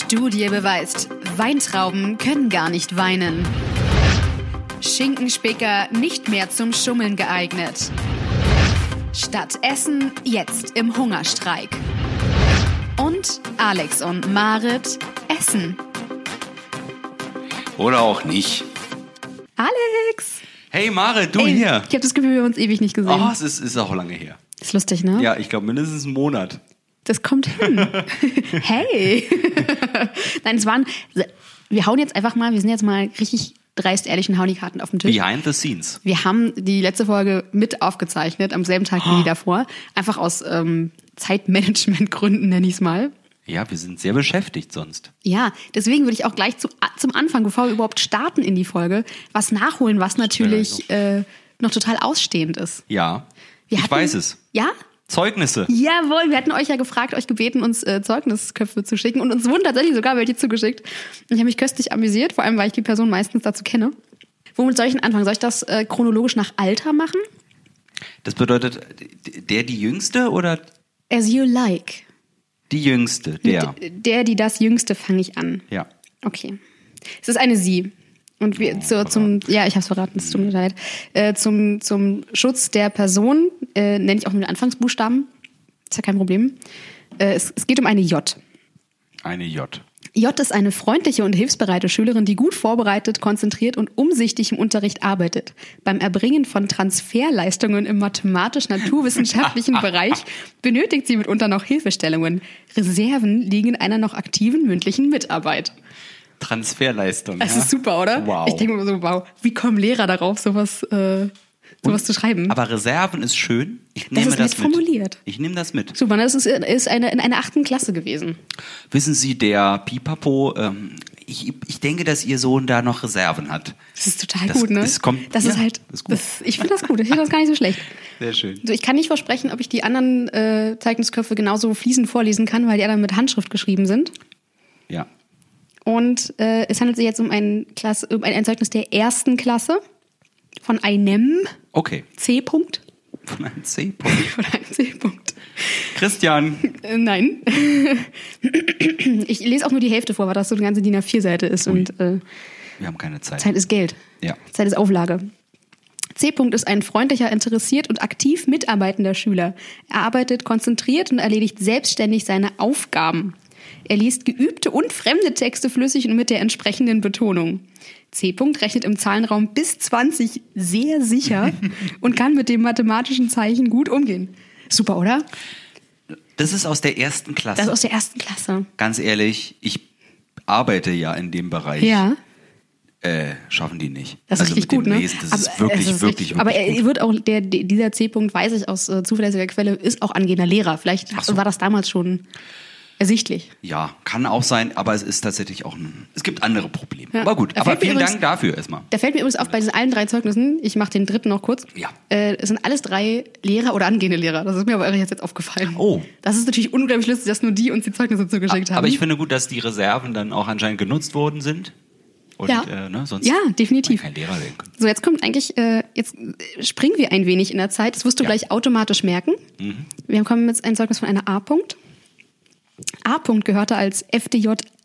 Studie beweist, Weintrauben können gar nicht weinen. Schinkenspicker nicht mehr zum Schummeln geeignet. Statt Essen jetzt im Hungerstreik. Und Alex und Marit essen. Oder auch nicht. Alex! Hey Mare, du Ey, hier. Ich habe das Gefühl, wir haben uns ewig nicht gesehen. Oh, es ist, ist auch lange her. Ist lustig, ne? Ja, ich glaube mindestens einen Monat. Das kommt hin. hey! Nein, es waren. Wir hauen jetzt einfach mal, wir sind jetzt mal richtig dreist ehrlich und hauen die Karten auf den Tisch. Behind the scenes. Wir haben die letzte Folge mit aufgezeichnet, am selben Tag Oh. wie die davor. Einfach aus ähm, Zeitmanagementgründen, nenn ich es mal. Ja, wir sind sehr beschäftigt sonst. Ja, deswegen würde ich auch gleich zu, zum Anfang, bevor wir überhaupt starten in die Folge, was nachholen, was natürlich äh, noch total ausstehend ist. Ja. Wir ich hatten- weiß es. Ja? Zeugnisse. Jawohl, wir hatten euch ja gefragt, euch gebeten, uns äh, Zeugnisköpfe zu schicken und uns wurden tatsächlich sogar welche zugeschickt. Und ich habe mich köstlich amüsiert, vor allem, weil ich die Person meistens dazu kenne. Womit soll ich denn anfangen? Soll ich das äh, chronologisch nach Alter machen? Das bedeutet, der die Jüngste oder As you like. die Jüngste? Der. D- Der, die das Jüngste, fange ich an. Ja. Okay. Es ist eine Sie. Und wir zur, zum, ja, ich hab's verraten, es tut mir leid. Äh, zum, zum Schutz der Person äh, nenne ich auch nur den Anfangsbuchstaben. Ist ja kein Problem. Äh, es, es geht um eine J. Eine J. J ist eine freundliche und hilfsbereite Schülerin, die gut vorbereitet, konzentriert und umsichtig im Unterricht arbeitet. Beim Erbringen von Transferleistungen im mathematisch-naturwissenschaftlichen Bereich benötigt sie mitunter noch Hilfestellungen. Reserven liegen in einer noch aktiven mündlichen Mitarbeit. Transferleistung. Das ja? ist super, oder? Wow. Ich denke mir so, wow, wie kommen Lehrer darauf, sowas, äh, sowas zu schreiben? Aber Reserven ist schön. Ich nehme ist das nett mit. formuliert. Ich nehme das mit. Super, ne? das ist, ist eine, in einer achten Klasse gewesen. Wissen Sie, der Pipapo, ähm, ich, ich denke, dass Ihr Sohn da noch Reserven hat. Das ist total Das- gut, ne? das kommt- das ist ja, halt, das ist gut. das, ich finde das gut, ich finde das gar nicht so schlecht. Sehr schön. So, ich kann nicht versprechen, ob ich die anderen äh, Zeichnungsköpfe genauso fließend vorlesen kann, weil die anderen mit Handschrift geschrieben sind. Ja. Und äh, es handelt sich jetzt um ein, Klasse, um ein, ein Zeugnis der ersten Klasse von einem Okay. C. -Punkt. Von einem C-Punkt. Oder einem C. -Punkt. Christian. Äh, nein. ich lese auch nur die Hälfte vor, weil das so eine ganze DIN A4-Seite ist und äh, Wir haben keine Zeit. Zeit ist Geld. Ja. Zeit ist Auflage. C-Punkt ist ein freundlicher, interessiert und aktiv mitarbeitender Schüler. Er arbeitet konzentriert und erledigt selbstständig seine Aufgaben. Er liest geübte und fremde Texte flüssig und mit der entsprechenden Betonung. C-Punkt rechnet im Zahlenraum bis 20 sehr sicher und kann mit dem mathematischen Zeichen gut umgehen. Super, oder? Das ist aus der ersten Klasse. Das ist aus der ersten Klasse. Ganz ehrlich, ich arbeite ja in dem Bereich. Ja. Äh, schaffen die nicht. Das ist also richtig mit gut, dem ne? Lesen, das ist Aber wirklich, es ist wirklich, richtig- wirklich Aber er gut. wird auch, der, der- dieser C-Punkt, weiß ich aus äh, zuverlässiger Quelle, ist auch angehender Lehrer. Vielleicht Ach so. war das damals schon ersichtlich. Ja, kann auch sein, aber es ist tatsächlich auch ein, es gibt andere Probleme. Ja. Aber gut, Da aber fällt mir vielen übrigens- Dank dafür erstmal. Da fällt mir übrigens auf, bei diesen allen drei Zeugnissen, ich mache den dritten noch kurz, Ja. äh, es sind alles drei Lehrer oder angehende Lehrer. Das ist mir aber jetzt jetzt aufgefallen. Oh. Das ist natürlich unglaublich lustig, dass nur die uns die Zeugnisse zugeschickt haben. Aber ich finde gut, dass die Reserven dann auch anscheinend genutzt worden sind. Und, Ja. äh, ne, sonst Ja, definitiv. hätte man Kein Lehrer werden können. So, jetzt kommt eigentlich, äh, jetzt äh, springen wir ein wenig in der Zeit. Das wirst du Ja. gleich automatisch merken. Wir kommen jetzt ein Zeugnis von einer A-Punkt. A-Punkt gehörte als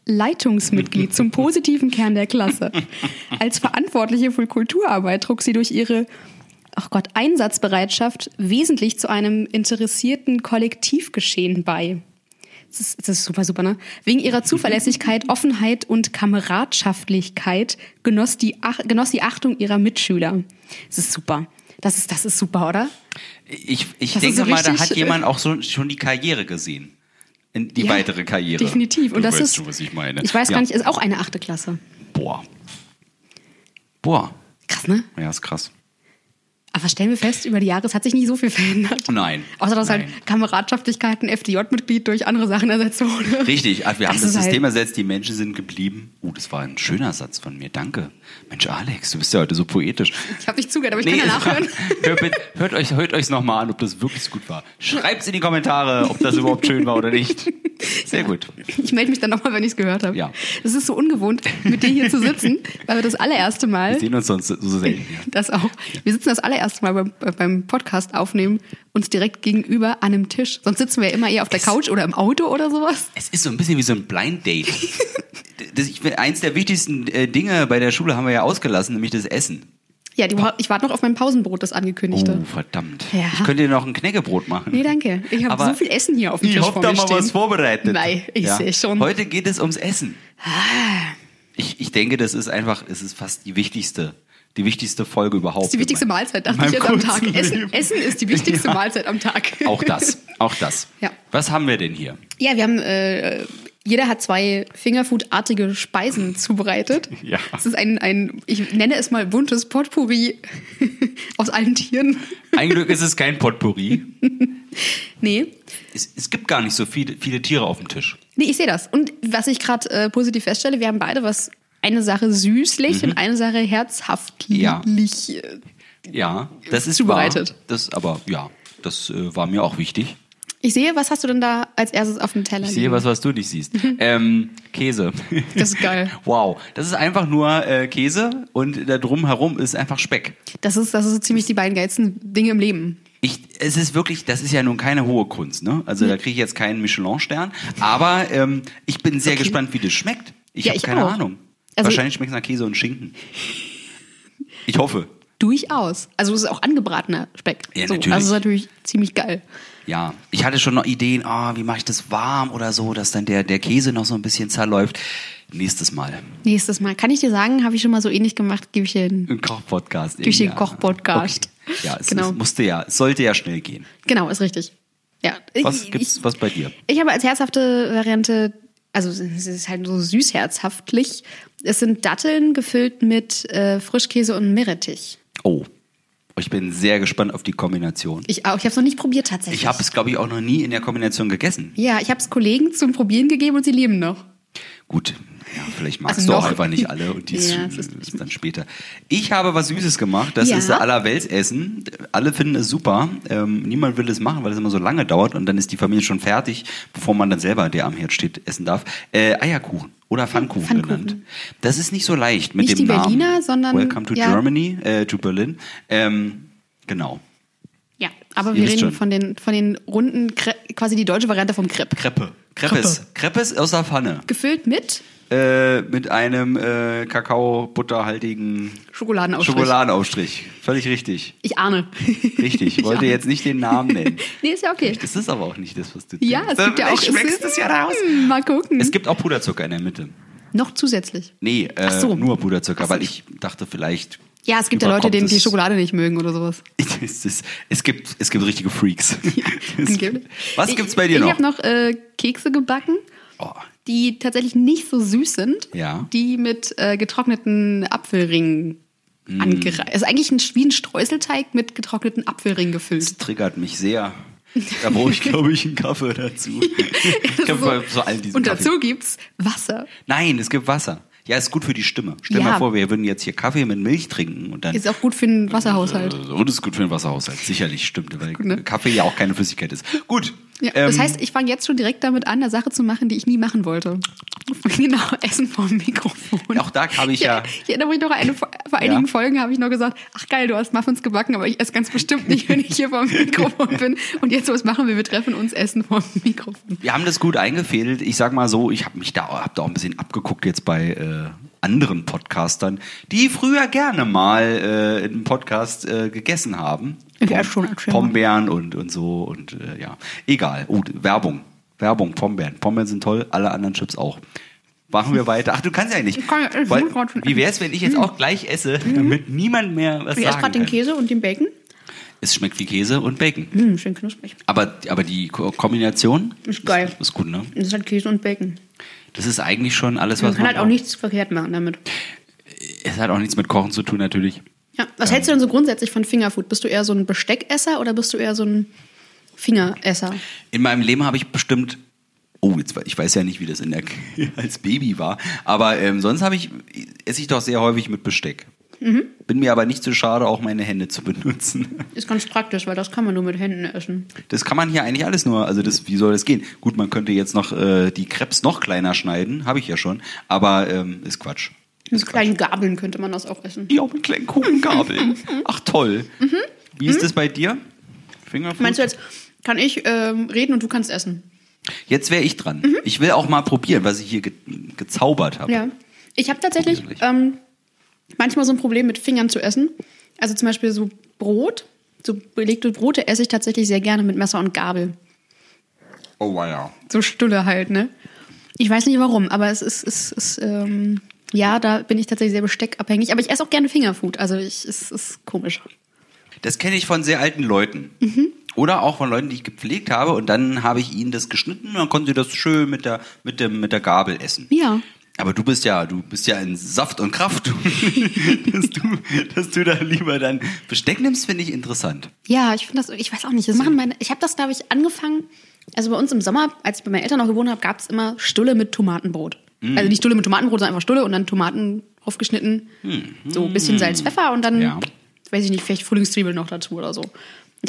FDJ-Leitungsmitglied zum positiven Kern der Klasse. Als Verantwortliche für Kulturarbeit trug sie durch ihre Ach Gott, Einsatzbereitschaft wesentlich zu einem interessierten Kollektivgeschehen bei. Das ist, das ist super, super, ne? Wegen ihrer Zuverlässigkeit, Offenheit und Kameradschaftlichkeit genoss die, Ach genoss die Achtung ihrer Mitschüler. Das ist super. Das ist, das ist super, oder? Ich, ich Das ist denke so mal, da richtig, hat äh, jemand auch so, schon die Karriere gesehen. In die Ja, weitere Karriere. Definitiv. Und du das weißt ist, schon, was ich meine. Ich weiß ja. gar nicht, äh, ist auch eine achte Klasse. Boah. Boah. Krass, ne? Ja, ist krass. Aber stellen wir fest, über die Jahre es hat sich nicht so viel verändert. Nein. Außer, dass Nein. halt Kameradschaftlichkeit ein FDJ-Mitglied durch andere Sachen ersetzt wurde. Richtig, Ach, wir haben Das das, ist halt- System ersetzt, die Menschen sind geblieben. Uh, das war ein schöner Satz von mir, danke. Mensch, Alex, du bist ja heute so poetisch. Ich habe nicht zugehört, aber ich kann ja nachhören. hört, bitte, hört euch hört euch's nochmal an, ob das wirklich so gut war. Schreibt's in die Kommentare, ob das überhaupt schön war oder nicht. Sehr gut. Ich melde mich dann nochmal, wenn ich es gehört habe. Ja. Es ist so ungewohnt, mit dir hier zu sitzen, weil wir das allererste Mal, Wir sehen uns sonst so selten. Ja. das auch, wir sitzen das allererste erste Mal beim, äh, beim Podcast aufnehmen, uns direkt gegenüber an einem Tisch. Sonst sitzen wir ja immer eher auf der Couch oder im Auto oder sowas. Es ist so ein bisschen wie so ein Blind Date. das, ich, will- eins der wichtigsten äh, Dinge bei der Schule haben wir ja ausgelassen, nämlich das Essen. Ja, die, ich warte noch auf mein Pausenbrot, das angekündigte. Oh, verdammt. Ja. Ich könnte dir noch ein Knäckebrot machen. Nee, danke. Ich habe Aber so viel Essen hier auf dem Ich Tisch hoffe, vor da mir mal stehen. was vorbereitet. Nein, ich sehe schon. Ah. Heute geht es ums Essen. Ich, ich denke, das ist einfach, es ist fast die wichtigste, die wichtigste Folge überhaupt. Das ist die wichtigste in mein- Mahlzeit, in dachte ich meinem jetzt am kurzen Tag. Essen, Leben. Essen ist die wichtigste Ja. Mahlzeit am Tag. Auch das, auch das. Ja. Was haben wir denn hier? Ja, wir haben, äh, jeder hat zwei Fingerfood-artige Speisen zubereitet. Ja. Es ist ein, ein, ich nenne es mal buntes Potpourri aus allen Tieren. Ein Glück ist es kein Potpourri. Nee. Es, es gibt gar nicht so viele, viele Tiere auf dem Tisch. Nee, ich sehe das. Und was ich gerade äh, positiv feststelle, wir haben beide was, eine Sache süßlich und eine Sache herzhaftlich. Mhm. Ja. äh, Ja, das ist Zubereitet. Wahr. Das aber ja, das äh, war mir auch wichtig. Ich sehe, was hast du denn da als erstes auf dem Teller? Ich sehe liegen? was, was du nicht siehst. ähm, Käse. genau. Das ist geil. Wow, das ist einfach nur äh, Käse und da drum herum ist einfach Speck. Das ist, das ist so ziemlich die beiden geilsten Dinge im Leben. Ich, es ist wirklich, das ist ja nun keine hohe Kunst, ne? Also da kriege ich jetzt keinen Michelin-Stern, aber ähm, ich bin sehr gespannt, wie das schmeckt. Ich Ja, habe ich keine auch. Ahnung. Also- Wahrscheinlich schmeckt es nach Käse und Schinken. Ich hoffe. Durchaus. Also es ist auch angebratener Speck. Ja, so, natürlich. Also es ist natürlich ziemlich geil. Ja, ich hatte schon noch Ideen, ah, wie mache ich das warm oder so, dass dann der, der Käse noch so ein bisschen zerläuft. Nächstes Mal. Nächstes Mal. Kann ich dir sagen, habe ich schon mal so ähnlich gemacht, gebe ich dir einen Ein Kochpodcast. Durch den irgendwie. Kochpodcast. Okay. Ja, es, Genau. es musste ja, es sollte ja schnell gehen. Genau, ist richtig. Ja. Was Ich- gibt's, ich, was bei dir? ich habe als herzhafte Variante, also es ist halt so süß herzhaftlich. Es sind Datteln gefüllt mit äh, Frischkäse und Meerrettich. Oh, ich bin sehr gespannt auf die Kombination. Ich auch. Ich habe es noch nicht probiert tatsächlich. Ich habe es, glaube ich, auch noch nie in der Kombination gegessen. ja, ich habe es Kollegen zum Probieren gegeben und sie leben noch. Gut, ja, vielleicht magst Also du auch noch. einfach nicht alle und die Ja, ist, es ist- ist dann später. Ich habe was Süßes gemacht, das Ja. ist Allerweltsessen. Alle finden es super, ähm, niemand will es machen, weil es immer so lange dauert und dann ist die Familie schon fertig, bevor man dann selber, der am Herd steht, essen darf. Äh, Eierkuchen oder Pfannkuchen, Pfannkuchen. genannt. Das ist nicht so leicht mit Nicht dem die Namen. Berliner, sondern- Welcome to ja. Germany, äh, to Berlin. Ähm, genau, Ja, aber Ihr wir wisst reden schon. von den von den runden, Kre quasi die deutsche Variante vom Crepe. Kreppe. Kreppes. Kreppes aus der Pfanne. Gefüllt mit Äh, mit einem äh, Kakao-butterhaltigen Schokoladenaufstrich. Schokoladenaufstrich. Völlig richtig. Ich ahne. Richtig. Ich wollte ahne. jetzt nicht den Namen nennen. Nee, ist ja okay. Das ist aber auch nicht das, was du Ja, denkst. es gibt ja auch. Ich schmeck's das ja raus. Hm, Mal gucken. Es gibt auch Puderzucker in der Mitte. Noch zusätzlich. Nee, äh, Ach so. nur Puderzucker, weil ich dachte vielleicht... Ja, es gibt ja Leute, überkommt denen die es- Schokolade nicht mögen oder sowas. Es, ist, es, gibt, es gibt richtige Freaks. Es- Angeblich. Was gibt's bei dir ich, noch? Ich habe noch äh, Kekse gebacken, oh, die tatsächlich nicht so süß sind. Ja. Die mit äh, getrockneten Apfelringen Hm. angereicht. Also eigentlich ein, wie ein Streuselteig mit getrockneten Apfelringen gefüllt. das triggert mich sehr. Da brauche ich, glaube ich, einen Kaffee dazu. Ich hab So. so all diesen Und Kaffee. dazu gibt's Wasser. Nein, es gibt Wasser. Ja, ist gut für die Stimme. Stell Ja. mal vor, wir würden jetzt hier Kaffee mit Milch trinken und dann. Ist auch gut für den Wasserhaushalt. Äh, Und ist gut für den Wasserhaushalt, sicherlich, stimmt, weil gut, ne? Kaffee ja auch keine Flüssigkeit ist. Gut. ähm, Ja, das heißt, ich fange jetzt schon direkt damit an, eine Sache zu machen, die ich nie machen wollte. Genau, Essen vorm Mikrofon. Auch da habe ich ja- Ich erinnere mich noch an eine, vor einigen Folgen habe ich noch gesagt, ach geil, du hast Muffins gebacken, aber ich esse ganz bestimmt nicht, wenn ich hier vorm Mikrofon bin. Und jetzt was machen wir? Wir treffen uns Essen vorm Mikrofon. wir haben das gut eingefädelt. Ich sag mal so, ich habe mich da, hab da auch ein bisschen abgeguckt jetzt bei äh, anderen Podcastern, die früher gerne mal äh, im Podcast äh, gegessen haben. Ja, schon, schon. Pombeeren und, und so und äh, ja. Egal. Oh, Werbung. Werbung, Pombeeren. Pombeeren sind toll, alle anderen Chips auch. Machen wir weiter. Ach, du kannst ja eigentlich nicht. Ich kann- ich Weil, will grad schon Hm. wie wäre es, wenn ich jetzt auch gleich esse, damit niemand mehr was Ich esse sagen gerade den kann? Käse und den Bacon. Es schmeckt wie Käse und Bacon. Hm, schön knusprig. Aber, aber die Ko- Kombination Ist geil. Ist, ist gut, ne? Das ist halt Käse und Bacon. halt Das ist eigentlich schon alles, was man braucht. nichts verkehrt machen damit. Es hat auch nichts mit Kochen zu tun, natürlich. Ja, was hältst du denn so grundsätzlich von Fingerfood? Bist du eher so ein Besteckesser oder bist du eher so ein Fingeresser? In meinem Leben habe ich bestimmt. Oh, jetzt, we- ich weiß ja nicht, wie das in der, als Baby war. Aber ähm, sonst habe ich, esse ich doch sehr häufig mit Besteck. Mhm. Bin mir aber nicht so schade, auch meine Hände zu benutzen. Ist ganz praktisch, weil das kann man nur mit Händen essen. Das kann man hier eigentlich alles nur. Also das, wie soll das gehen? Gut, man könnte jetzt noch äh, die Krebs noch kleiner schneiden, habe ich ja schon. Aber ähm, ist Quatsch. Hm. Mit kleinen Gabeln könnte man das auch essen. Ja, mit kleinen Kuchengabeln. Ach toll. Wie ist es bei dir? Fingerfood? Mhm. Meinst du jetzt, kann ich ähm, reden und du kannst essen? Jetzt wäre ich dran. Ich will auch mal probieren, was ich hier ge gezaubert habe. Mhm. Ja. Ich habe tatsächlich Natürlich. ähm, manchmal so ein Problem mit Fingern zu essen. Also zum Beispiel so Brot, so belegte Brote esse ich tatsächlich sehr gerne mit Messer und Gabel. Oh, wow. So Stulle halt, ne? Ich weiß nicht warum, aber es ist, es ist ähm, ja, da bin ich tatsächlich sehr besteckabhängig. Aber ich esse auch gerne Fingerfood, also ich, es ist komisch. Das kenne ich von sehr alten Leuten. Mhm. Oder auch von Leuten, die ich gepflegt habe. Und dann habe ich ihnen das geschnitten und dann konnten sie das schön mit der, mit dem, mit der Gabel essen. Ja. Aber du bist ja, du bist ja in Saft und Kraft. dass, du, dass du da lieber dann Besteck nimmst, finde ich interessant. Ja, ich finde das, ich weiß auch nicht, das Hm. machen meine, ich habe das, glaube ich, angefangen, also bei uns im Sommer, als ich bei meinen Eltern noch gewohnt habe, gab es immer Stulle mit Tomatenbrot. Hm. Also nicht Stulle mit Tomatenbrot, sondern einfach Stulle und dann Tomaten aufgeschnitten, so ein bisschen Salz, Pfeffer und dann, Hm. Ja. weiß ich nicht, vielleicht Frühlingszwiebeln noch dazu oder so. Und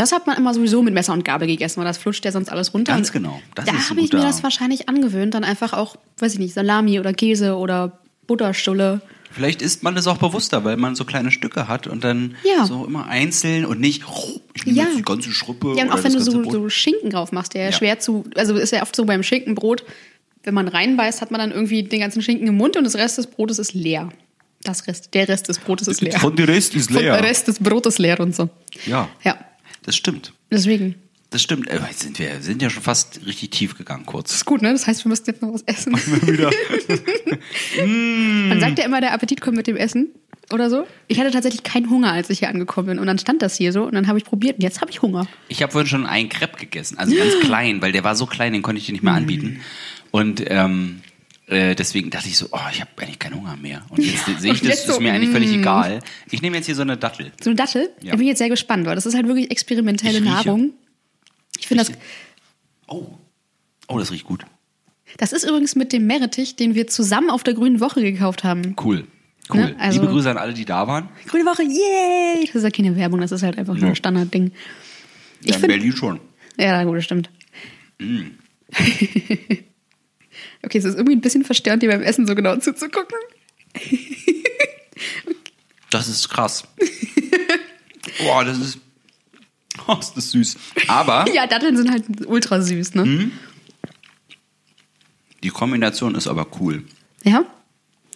Das hat man immer sowieso mit Messer und Gabel gegessen, weil das flutscht ja sonst alles runter. Ganz Und genau. Das ist ein da habe ich mir guter- das wahrscheinlich angewöhnt, dann einfach auch, weiß ich nicht, Salami oder Käse oder Butterstulle. Vielleicht isst man das auch bewusster, weil man so kleine Stücke hat und dann Ja. so immer einzeln und nicht, oh, ich nehme Ja. jetzt die ganze Schruppe. Ja, und oder auch wenn das du so, ganze Brot. so Schinken drauf machst, der ja Ja. schwer zu. Also ist ja oft so beim Schinkenbrot, wenn man reinbeißt, hat man dann irgendwie den ganzen Schinken im Mund und das Rest des Brotes ist leer. Das Rest, der Rest des Brotes ist leer. Von der Rest ist Von leer. Der Rest des Brotes leer und so. Ja. Ja, Das stimmt. deswegen. Das stimmt. Äh, Jetzt sind wir sind ja schon fast richtig tief gegangen, kurz. Ist gut, ne? Das heißt, wir müssen jetzt noch was essen. Wieder. man sagt ja immer, der Appetit kommt mit dem Essen oder so. Ich hatte tatsächlich keinen Hunger, als ich hier angekommen bin. Und dann stand das hier so und dann habe ich probiert und jetzt habe ich Hunger. Ich habe vorhin schon einen Crepe gegessen, also ganz klein, weil der war so klein, den konnte ich dir nicht Mhm. mehr anbieten. Und ähm, äh, deswegen dachte ich so, oh, ich habe eigentlich keinen Hunger mehr. Und jetzt sehe ich, und das jetzt ist so, mir eigentlich völlig egal. Ich nehme jetzt hier so eine Dattel. So eine Dattel? Ja. Ich bin jetzt sehr gespannt, weil das ist halt wirklich experimentelle Ich rieche. Nahrung. Ich finde das. Rieche. Oh, oh, das riecht gut. Das ist übrigens mit dem Meerrettich, den wir zusammen auf der Grünen Woche gekauft haben. Cool, cool. Ne, also- Liebe Grüße an alle, die da waren. Grüne Woche, yay! Das ist ja keine Werbung, das ist halt einfach nur ein Ja. Standardding. Ich Ja, in find- Berlin schon. Ja, gut, das stimmt. okay, es ist irgendwie ein bisschen verstörend, dir beim Essen so genau zuzugucken. Das ist krass. Boah, das ist, oh, ist das süß. Aber Ja, Datteln sind halt ultra süß, ne? die Kombination ist aber cool. Ja?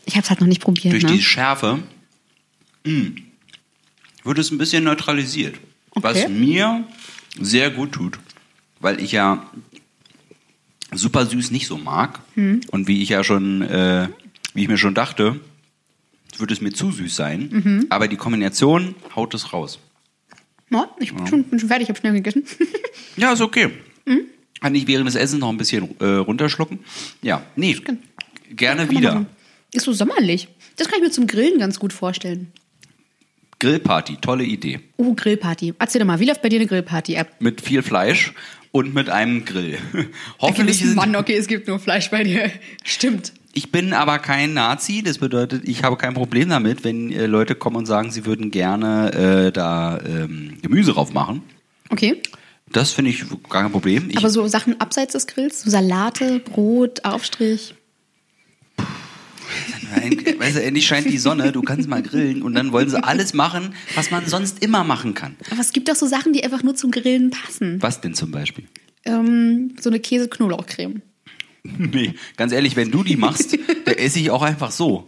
Ich hab's halt noch nicht probiert, durch ne? die Schärfe mm, wird es ein bisschen neutralisiert. Was mir sehr gut tut, weil ich ja super süß nicht so mag. Mhm. Und wie ich ja schon, äh, wie ich mir schon dachte, wird es mir zu süß sein. Mhm. Aber die Kombination haut es raus. Na, ich bin, schon, bin schon fertig, ich hab schnell gegessen. Ja, ist okay. Mhm. Kann ich während des Essens noch ein bisschen äh, runterschlucken. Ja, nee. Stimmt. Kann Gerne man wieder. machen. Ist so sommerlich. Das kann ich mir zum Grillen ganz gut vorstellen. Grillparty, tolle Idee. Oh, Grillparty. Erzähl doch mal, wie läuft bei dir eine Grillparty ab? mit viel Fleisch und mit einem Grill. Okay, Hoffentlich das- sind, Mann, okay, es gibt nur Fleisch bei dir. Stimmt. ich bin aber kein Nazi, das bedeutet, ich habe kein Problem damit, wenn äh, Leute kommen und sagen, sie würden gerne äh, da ähm, Gemüse drauf machen. Okay. Das finde ich gar kein Problem. Ich, Aber so Sachen abseits des Grills, so Salate, Brot, Aufstrich. nein, weißt du, endlich scheint die Sonne, du kannst mal grillen und dann wollen sie alles machen, was man sonst immer machen kann. Aber es gibt auch so Sachen, die einfach nur zum Grillen passen. Was denn zum Beispiel? Ähm, so eine Käse-Knoblauchcreme. Nee, ganz ehrlich, wenn du die machst, dann esse ich auch einfach so,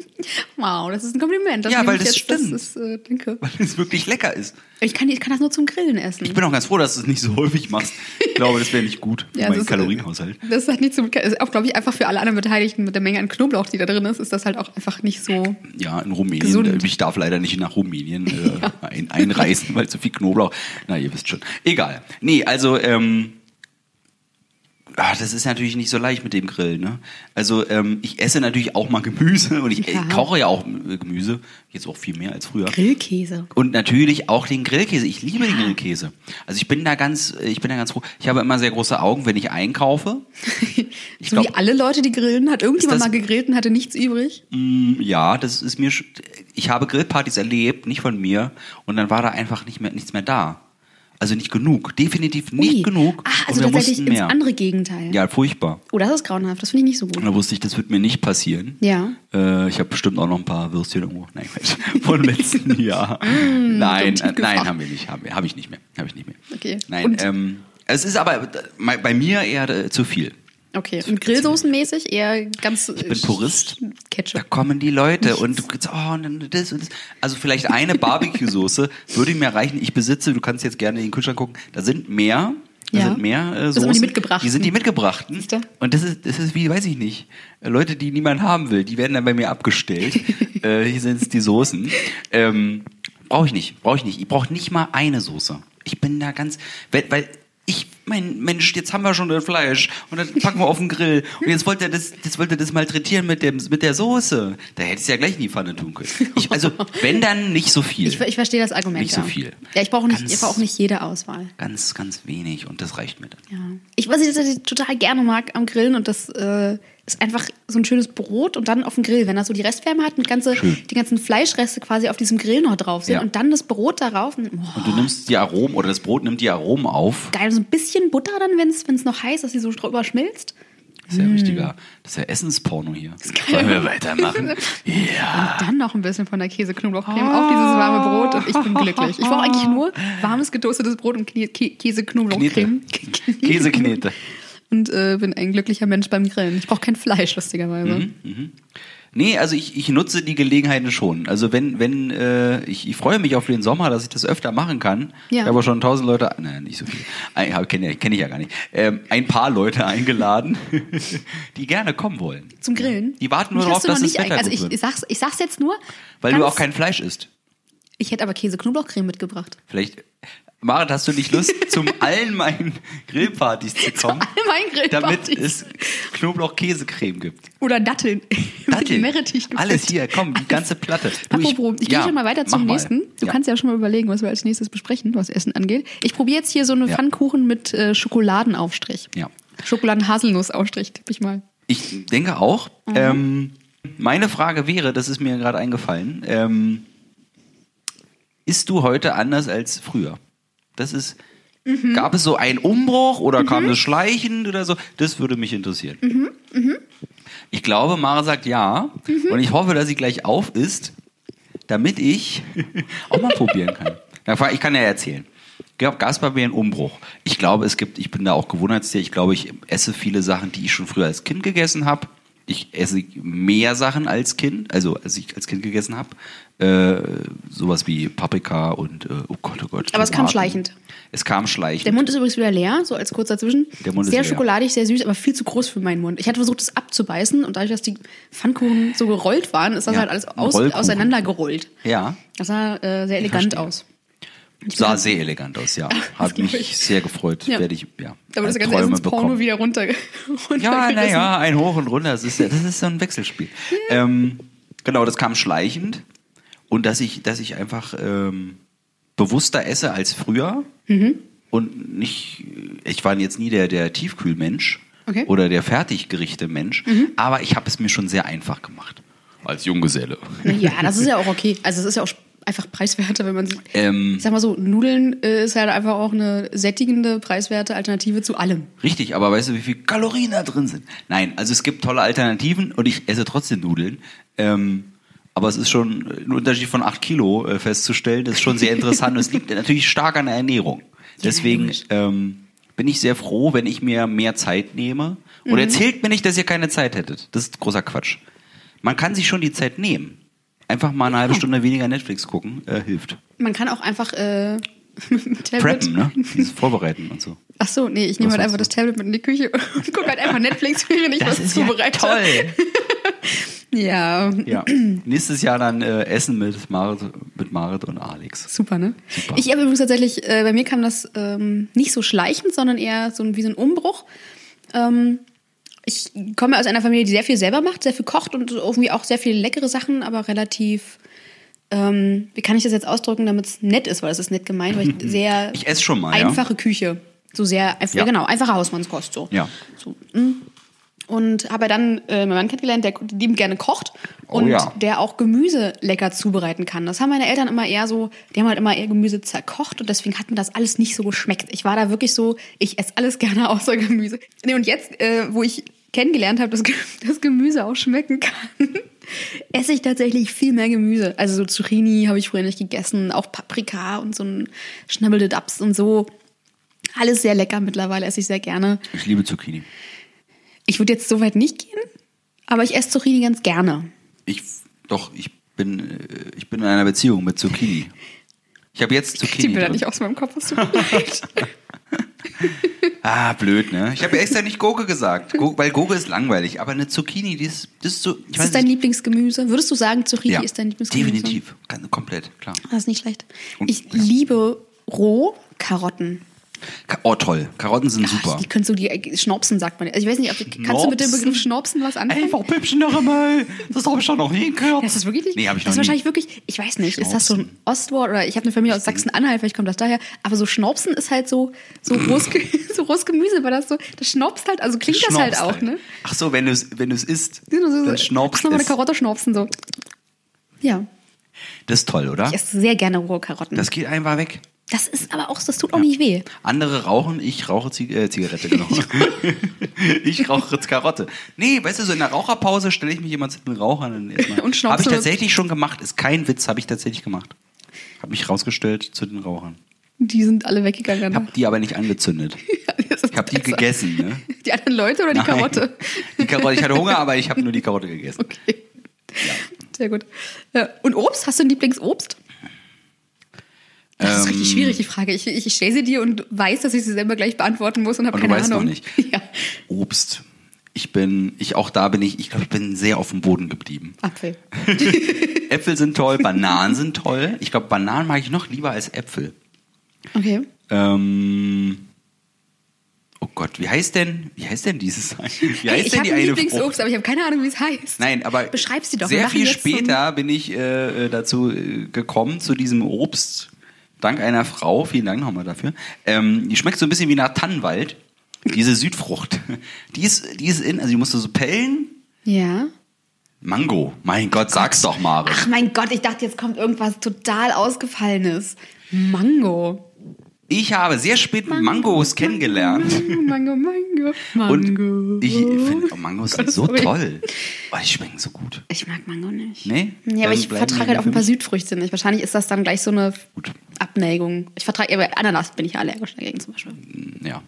Wow, das ist ein Kompliment. Ja, nehme weil ich das stimmt. Das ist, äh, danke. weil es wirklich lecker ist. Ich kann, ich kann das nur zum Grillen essen. Ich bin auch ganz froh, dass du es nicht so häufig machst. Ich glaube, das wäre nicht gut für Ja, meinen das ist- äh, Kalorienhaushalt. das hat nicht zum, ist auch, glaube ich, einfach für alle anderen Beteiligten mit der Menge an Knoblauch, die da drin ist, ist das halt auch einfach nicht so. Ja, in Rumänien. Äh, Gesund. Ich darf leider nicht nach Rumänien äh, ein, einreisen, weil zu viel Knoblauch. Na, ihr wisst schon. Egal. Nee, also, ähm, ah, das ist natürlich nicht so leicht mit dem Grill, ne? Also, ähm, ich esse natürlich auch mal Gemüse und ich, Ja. ich koche ja auch äh, Gemüse. Jetzt auch viel mehr als früher. Grillkäse. Und natürlich auch den Grillkäse. Ich liebe den Grillkäse. Also ich bin da ganz, ich bin da ganz froh. Ich habe immer sehr große Augen, wenn ich einkaufe. so wie glaub- alle Leute, die grillen, hat irgendjemand Ist mal das- gegrillt und hatte nichts übrig. Ja, das ist mir. sch- Ich habe Grillpartys erlebt, nicht von mir, und dann war da einfach nicht mehr, nichts mehr da. Also nicht genug, definitiv nicht Ui. genug. Ah, und also wir tatsächlich mussten ins mehr. andere Gegenteil. Ja, furchtbar. Oh, das ist grauenhaft. Das finde ich nicht so gut. Und da wusste ich, das wird mir nicht passieren. Ja. Äh, ich habe bestimmt auch noch ein paar Würstchen irgendwo. Nein, Quatsch. Vom letzten Jahr. Mm, nein, dumm äh, nein, gefragt. haben wir nicht. Habe hab ich nicht mehr. Habe ich nicht mehr. Okay. Nein, Und- ähm, es ist aber äh, bei mir eher äh, zu viel. Okay. Und Grillsoßenmäßig eher ganz. Ich bin Purist. Da Ketchup. kommen die Leute und du kriegst, oh, und dann das und das. Also vielleicht eine Barbecue-Soße würde mir reichen. Ich besitze, du kannst jetzt gerne in den Kühlschrank gucken, da sind mehr. Da Ja. sind mehr äh, Das sind Soßen. auch die mitgebrachten. Die sind die mitgebrachten. Siehst du? Und das ist, das ist wie, weiß ich nicht, äh, Leute, die niemand haben will, die werden dann bei mir abgestellt. äh, hier sind es die Soßen. Ähm, brauche ich nicht, brauche ich nicht. Ich brauche nicht mal eine Soße. Ich bin da ganz, weil, weil ich, mein Mensch, jetzt haben wir schon das Fleisch und das packen wir auf den Grill und jetzt wollte er das, jetzt wollte er das malträtieren mit dem, mit der Soße. Da hätte ich es ja gleich in die Pfanne tun können. Ich, also wenn dann nicht so viel, Ich, ich verstehe das Argument. Nicht so ja. viel. Ja, ich brauche nicht, Ganz- ich brauche auch nicht jede Auswahl. ganz, ganz wenig und das reicht mir dann. Ja. Ich, was ich tatsächlich total gerne mag am Grillen und das äh, ist einfach so ein schönes Brot und dann auf dem Grill, wenn das so die Restwärme hat und ganze, Schön. die ganzen Fleischreste quasi auf diesem Grill noch drauf sind Ja. und dann das Brot darauf. Und, boah, Und du nimmst die Aromen oder das Brot nimmt die Aromen auf. geil, so ein bisschen Butter dann, wenn es noch heiß ist, dass sie so drüber schmilzt. Das ist ja richtiger, das ist ja Essensporno hier. kann Wollen wir ja- weitermachen? ja. Dann noch ein bisschen von der Käse-Knoblauchcreme auf dieses warme Brot und ich bin glücklich. Ich brauche eigentlich nur warmes, getoastetes Brot und Knie- Kä- Käse-Knoblauchcreme. Käseknete. Und äh, bin ein glücklicher Mensch beim Grillen. Ich brauche kein Fleisch, lustigerweise. Mhm. Nee, also ich, ich nutze die Gelegenheiten schon. Also wenn, wenn, äh, ich, ich freue mich auf den Sommer, dass ich das öfter machen kann. Ja. Ich habe schon tausend Leute, nein, nicht so viel, Ein- hab- kenne kenn ich ja gar nicht, ähm, ein paar Leute eingeladen, die gerne kommen wollen. Zum Grillen? Die warten nur Mich darauf, hast du noch dass das nicht Wetter ein- also gut ich, wird. ich, sag's, ich sag's jetzt nur. Weil du ganz- auch kein Fleisch isst. Ich hätte aber Käse-Knoblauchcreme mitgebracht. Vielleicht, Marit, hast du nicht Lust, zum allen meinen Grillpartys zu kommen? Mein Grill. damit es Knoblauch-Käsecreme gibt. Oder Datteln. Datteln. Meerrettich gefüllt. Alles hier, komm, die ganze Platte. Du, Apropos, ich, gehe ja, schon mal weiter zum mach mal. nächsten. Du ja. kannst ja schon mal überlegen, was wir als nächstes besprechen, was Essen angeht. Ich probiere jetzt hier so einen Ja. Pfannkuchen mit äh, Schokoladenaufstrich. Ja. Schokoladen-Haselnuss-Aufstrich, tippe ich mal. Ich denke auch. Ähm, meine Frage wäre, das ist mir gerade eingefallen, ähm, isst du heute anders als früher? Das ist, gab es so einen Umbruch oder kam das schleichend oder so? Das würde mich interessieren. Ich glaube, Mara sagt ja Mhm. und ich hoffe, dass sie gleich auf ist, damit ich auch mal probieren kann. Na, vor allem, Ich kann ja erzählen. Ich glaube, Gaspar wäre ein Umbruch. Ich glaube, es gibt, ich bin da auch Gewohnheitstier, ich glaube, ich esse viele Sachen, die ich schon früher als Kind gegessen habe. Ich esse mehr Sachen als Kind, also als ich als Kind gegessen habe. Äh, sowas wie Paprika und, äh, oh Gott, oh Gott. Aber es kam Tomaten. schleichend. Es kam schleichend. Der Mund ist übrigens wieder leer, so als kurz dazwischen. Der Mund ist sehr leer. schokoladig, sehr süß, aber viel zu groß für meinen Mund. Ich hatte versucht, es abzubeißen und dadurch, dass die Pfannkuchen so gerollt waren, ist das Ja, halt alles ein aus, Rollkuchen. auseinandergerollt. ja, Das sah äh, sehr elegant verstehe. aus. sah sehr elegant aus, ja. Hat glaub mich ich. sehr gefreut. Ja. Werde ich, ja. äh, Da wurde das ganze Träume Essensporno wieder runter, runtergerissen. Ja, naja, ein Hoch und Runter. Das ist, ja- das ist so ein Wechselspiel. Ähm, genau, das kam schleichend. Und dass ich, dass ich einfach ähm, bewusster esse als früher. Mhm. Und nicht, ich war jetzt nie der, der Tiefkühlmensch Okay. Mhm. oder der Fertiggerichte-Mensch, aber ich habe es mir schon sehr einfach gemacht. Als Junggeselle. Ja, das ist ja auch okay. Also es ist ja auch einfach preiswerter, wenn man sich, Ähm. ich sag mal so, Nudeln äh, ist halt einfach auch eine sättigende, preiswerte Alternative zu allem. Richtig, aber weißt du, wie viel Kalorien da drin sind? Nein, also es gibt tolle Alternativen und ich esse trotzdem Nudeln. Ähm, aber es ist schon ein Unterschied von 8 Kilo äh, festzustellen. Das ist schon sehr interessant und es liegt natürlich stark an der Ernährung. Deswegen logisch. ähm, bin ich sehr froh, wenn ich mir mehr Zeit nehme. Und erzählt mir nicht, dass ihr keine Zeit hättet. Das ist großer Quatsch. Man kann sich schon die Zeit nehmen. Einfach mal eine halbe Stunde weniger Netflix gucken, äh, hilft. Man kann auch einfach äh, mit dem Tablet. Preppen, ne? Dieses Vorbereiten und so. Ach so, nee, ich nehme Was halt einfach sonst das Tablet mit in die Küche und gucke halt einfach Netflix, während ich was zubereite. Ja, Ja. Nächstes Jahr dann äh, Essen mit Marit, mit Marit und Alex. Super, ne? Super. Ich habe übrigens tatsächlich, äh, bei mir kam das ähm, nicht so schleichend, sondern eher so ein, wie so ein Umbruch. Ähm, ich komme aus einer Familie, die sehr viel selber macht, sehr viel kocht und irgendwie auch sehr viele leckere Sachen, aber relativ, ähm, wie kann ich das jetzt ausdrücken, damit es nett ist, weil das ist nett gemeint, weil ich sehr Ich esse schon mal, ja. einfache Küche, so sehr, einfach, Ja. genau, einfache Hausmannskost so. Ja. so mm. Und habe dann äh, meinen Mann kennengelernt, der lieben gerne kocht Oh und ja. der auch Gemüse lecker zubereiten kann. Das haben meine Eltern immer eher so, die haben halt immer eher Gemüse zerkocht und deswegen hat mir das alles nicht so geschmeckt. Ich war da wirklich so, ich esse alles gerne außer Gemüse. Nee, und jetzt, äh, wo ich kennengelernt habe, dass Ge- dass Gemüse auch schmecken kann, esse ich tatsächlich viel mehr Gemüse. Also so Zucchini habe ich früher nicht gegessen, auch Paprika und so ein Schnabbelte Daps und so. Alles sehr lecker mittlerweile, esse ich sehr gerne. Ich liebe Zucchini. Ich würde jetzt so weit nicht gehen, aber ich esse Zucchini ganz gerne. Ich, doch, ich bin, äh, ich bin in einer Beziehung mit Zucchini. Ich habe jetzt Die Zucchini. Bilder Drin. nicht aus meinem Kopf, es tut mir leid. Ah, blöd, ne? Ich habe ja extra nicht Gurke gesagt, Gur- weil Gurke ist langweilig. Aber eine Zucchini, die ist, das ist so. Ich Das ist dein nicht. Lieblingsgemüse. Würdest du sagen, Zucchini ja, ist dein Lieblingsgemüse? Definitiv, Ganz- komplett, klar. Das ist nicht schlecht. Und- Ich ja. liebe roh Karotten. Ah, Ka- Oh, toll. Karotten sind super. Die können so die äh, Schnopsen, sagt man. Also ich weiß nicht, ob kannst du mit dem Schnopsen? Begriff Schnopsen was anfangen? Ey, warum Püppchen noch einmal? Das habe ich schon noch nie gehört. Das ist wirklich nicht. Nee, habe ich das noch ist nie. wahrscheinlich wirklich, ich weiß nicht, ist das so ein Schnopsen. Ostwort oder ich habe eine Familie aus Sachsen-Anhalt, vielleicht kommt das daher, aber so Schnopsen ist halt so, so, rohes, Ge- so rohes Gemüse, weil das so, das schnopst halt, also klingt das halt Schnaubst auch, ne? Ach so, wenn du es wenn du's isst, Die sind nur so- dann so- schnaubst kannst du mal eine es. Karotte schnopsen, so. Ja, Das ist toll, oder? ich esse sehr gerne rohe Karotten. Das, Das geht einfach weg. ist aber auch, das tut auch nicht weh. Andere rauchen, ich rauche Zig äh, Zigarette, genau. ich rauche jetzt Karotte. Nee, weißt du, so in der Raucherpause stelle ich mich jemand zu den Rauchern Und schnaubst Habe ich du- tatsächlich schon gemacht, ist kein Witz, habe ich tatsächlich gemacht. Habe mich rausgestellt zu den Rauchern. Die sind alle weggegangen. Ich danach. habe die aber nicht angezündet. Das ist Ich habe die besser. gegessen, ne? Die anderen Leute oder die Nein. Karotte? Die Karotte, ich hatte Hunger, aber ich habe nur die Karotte gegessen. Okay. Sehr gut. Ja. Und Obst? Hast du ein Lieblingsobst? Das ist Ähm, richtig schwierig, die Frage. Ich, ich stelle sie dir und weiß, dass ich sie selber gleich beantworten muss und habe Aber du keine weißt noch Ahnung. nicht. Ja. Obst. Ich bin, ich auch da bin ich, ich glaube, ich bin sehr auf dem Boden geblieben. Apfel. Äpfel sind toll, Bananen sind toll. Ich glaube, Bananen mag ich noch lieber als Äpfel. Okay. Ähm, oh Gott, wie heißt denn, wie heißt denn dieses? Wie Hey, heißt ich denn habe ein Frucht? Lieblingsobst, aber ich habe keine Ahnung, wie es heißt. Nein, aber Beschreib sie doch. Wir sehr machen viel jetzt so ein- später bin ich äh, äh, dazu äh, gekommen, zu diesem Obst, dank einer Frau, vielen Dank nochmal dafür. Ähm, die schmeckt so ein bisschen wie nach Tannenwald, diese Südfrucht. Die ist, die ist in, also die musst du so pellen. Ja. Mango, mein Gott, sag's doch, Mare. Ach mein Gott, ich dachte, jetzt kommt irgendwas total Ausgefallenes. Mango. Ich habe sehr spät Mangos kennengelernt. Mango, Mango, Mango. Und ich finde, oh, Mangos sind Gott, so sorry. toll. Oh, die schmecken so gut. Ich mag Mango nicht. Nee? Nee, aber Dann ich bleiben vertrage die halt auch ein paar für Südfrüchte nicht. Wahrscheinlich ist das dann gleich so eine Gut. Abneigung. Ich vertrage, aber Ananas bin ich ja allergisch dagegen zum Beispiel. Ja.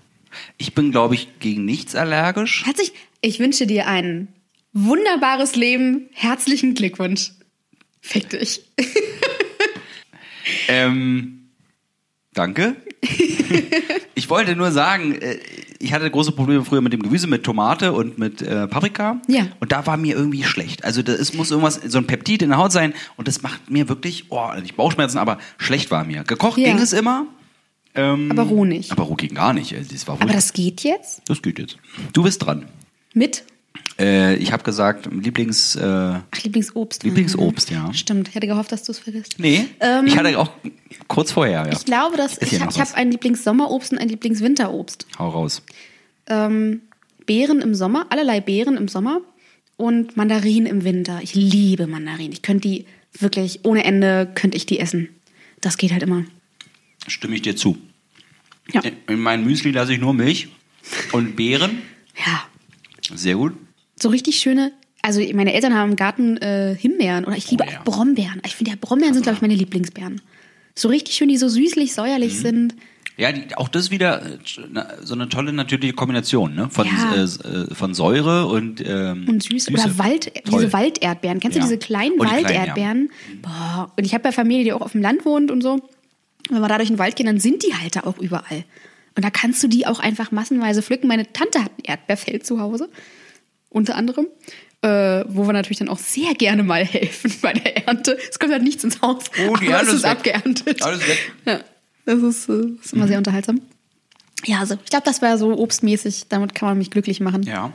Ich bin, glaube ich, gegen nichts allergisch. Herzlich, ich wünsche dir ein wunderbares Leben. Herzlichen Glückwunsch. Fick dich. Ähm, danke. ich wollte nur sagen, äh, ich hatte große Probleme früher mit dem Gemüse, mit Tomate und mit äh, Paprika. Ja. Und da war mir irgendwie schlecht. Also da- es muss irgendwas, so ein Peptid in der Haut sein. Und das macht mir wirklich, oh, nicht Bauchschmerzen, aber schlecht war mir. Gekocht Ja. ging es immer. Ähm, Aber roh nicht. Aber roh ging gar nicht. Also, das war Aber wohl- das geht jetzt das geht jetzt. Du bist dran. mit Äh, ich habe gesagt, Lieblings. Äh, ach, Lieblingsobst. Ah. Lieblingsobst, ja. Stimmt, ich hätte gehofft, dass du es vergisst. nee, Ähm, ich hatte auch kurz vorher, ja. Ich glaube, dass Ist ich hier habe noch was? hab ein Lieblingssommerobst und ein Lieblingswinterobst. Hau raus. Ähm, Beeren im Sommer, allerlei Beeren im Sommer und Mandarinen im Winter. Ich liebe Mandarinen. Ich könnte die wirklich ohne Ende könnte ich die essen. Das geht halt immer. Stimme ich dir zu. Ja. In mein Müsli lasse ich nur Milch und Beeren. Ja. Sehr gut. so richtig schöne. Also meine Eltern haben im Garten äh, Himbeeren oder ich liebe Oh ja. auch Brombeeren. Ich finde ja Brombeeren sind glaube ich meine Lieblingsbeeren. So richtig schön, die so süßlich säuerlich sind. Ja, die, auch das wieder äh, na- so eine tolle natürliche Kombination, ne? Von, Ja. äh, s- äh, von Säure und, ähm, Und süß. Oder Wald, Toll. diese Walderdbeeren. Kennst Ja. du diese kleinen Oh, die kleinen, Walderdbeeren? Boah. Und ich habe ja Familie, die auch auf dem Land wohnt und so. Wenn wir da durch den Wald gehen, dann sind die halt da auch überall. Und da kannst du die auch einfach massenweise pflücken. Meine Tante hat ein Erdbeerfeld zu Hause, unter anderem. Äh, wo wir natürlich dann auch sehr gerne mal helfen bei der Ernte. Es kommt halt nichts ins Haus. Oh, die aber Ernte es ist ist weg. abgeerntet. Alles weg. Mhm. Ja, das ist, äh, ist immer sehr unterhaltsam. Ja, also ich glaube, das war so obstmäßig. Damit kann man mich glücklich machen. Ja.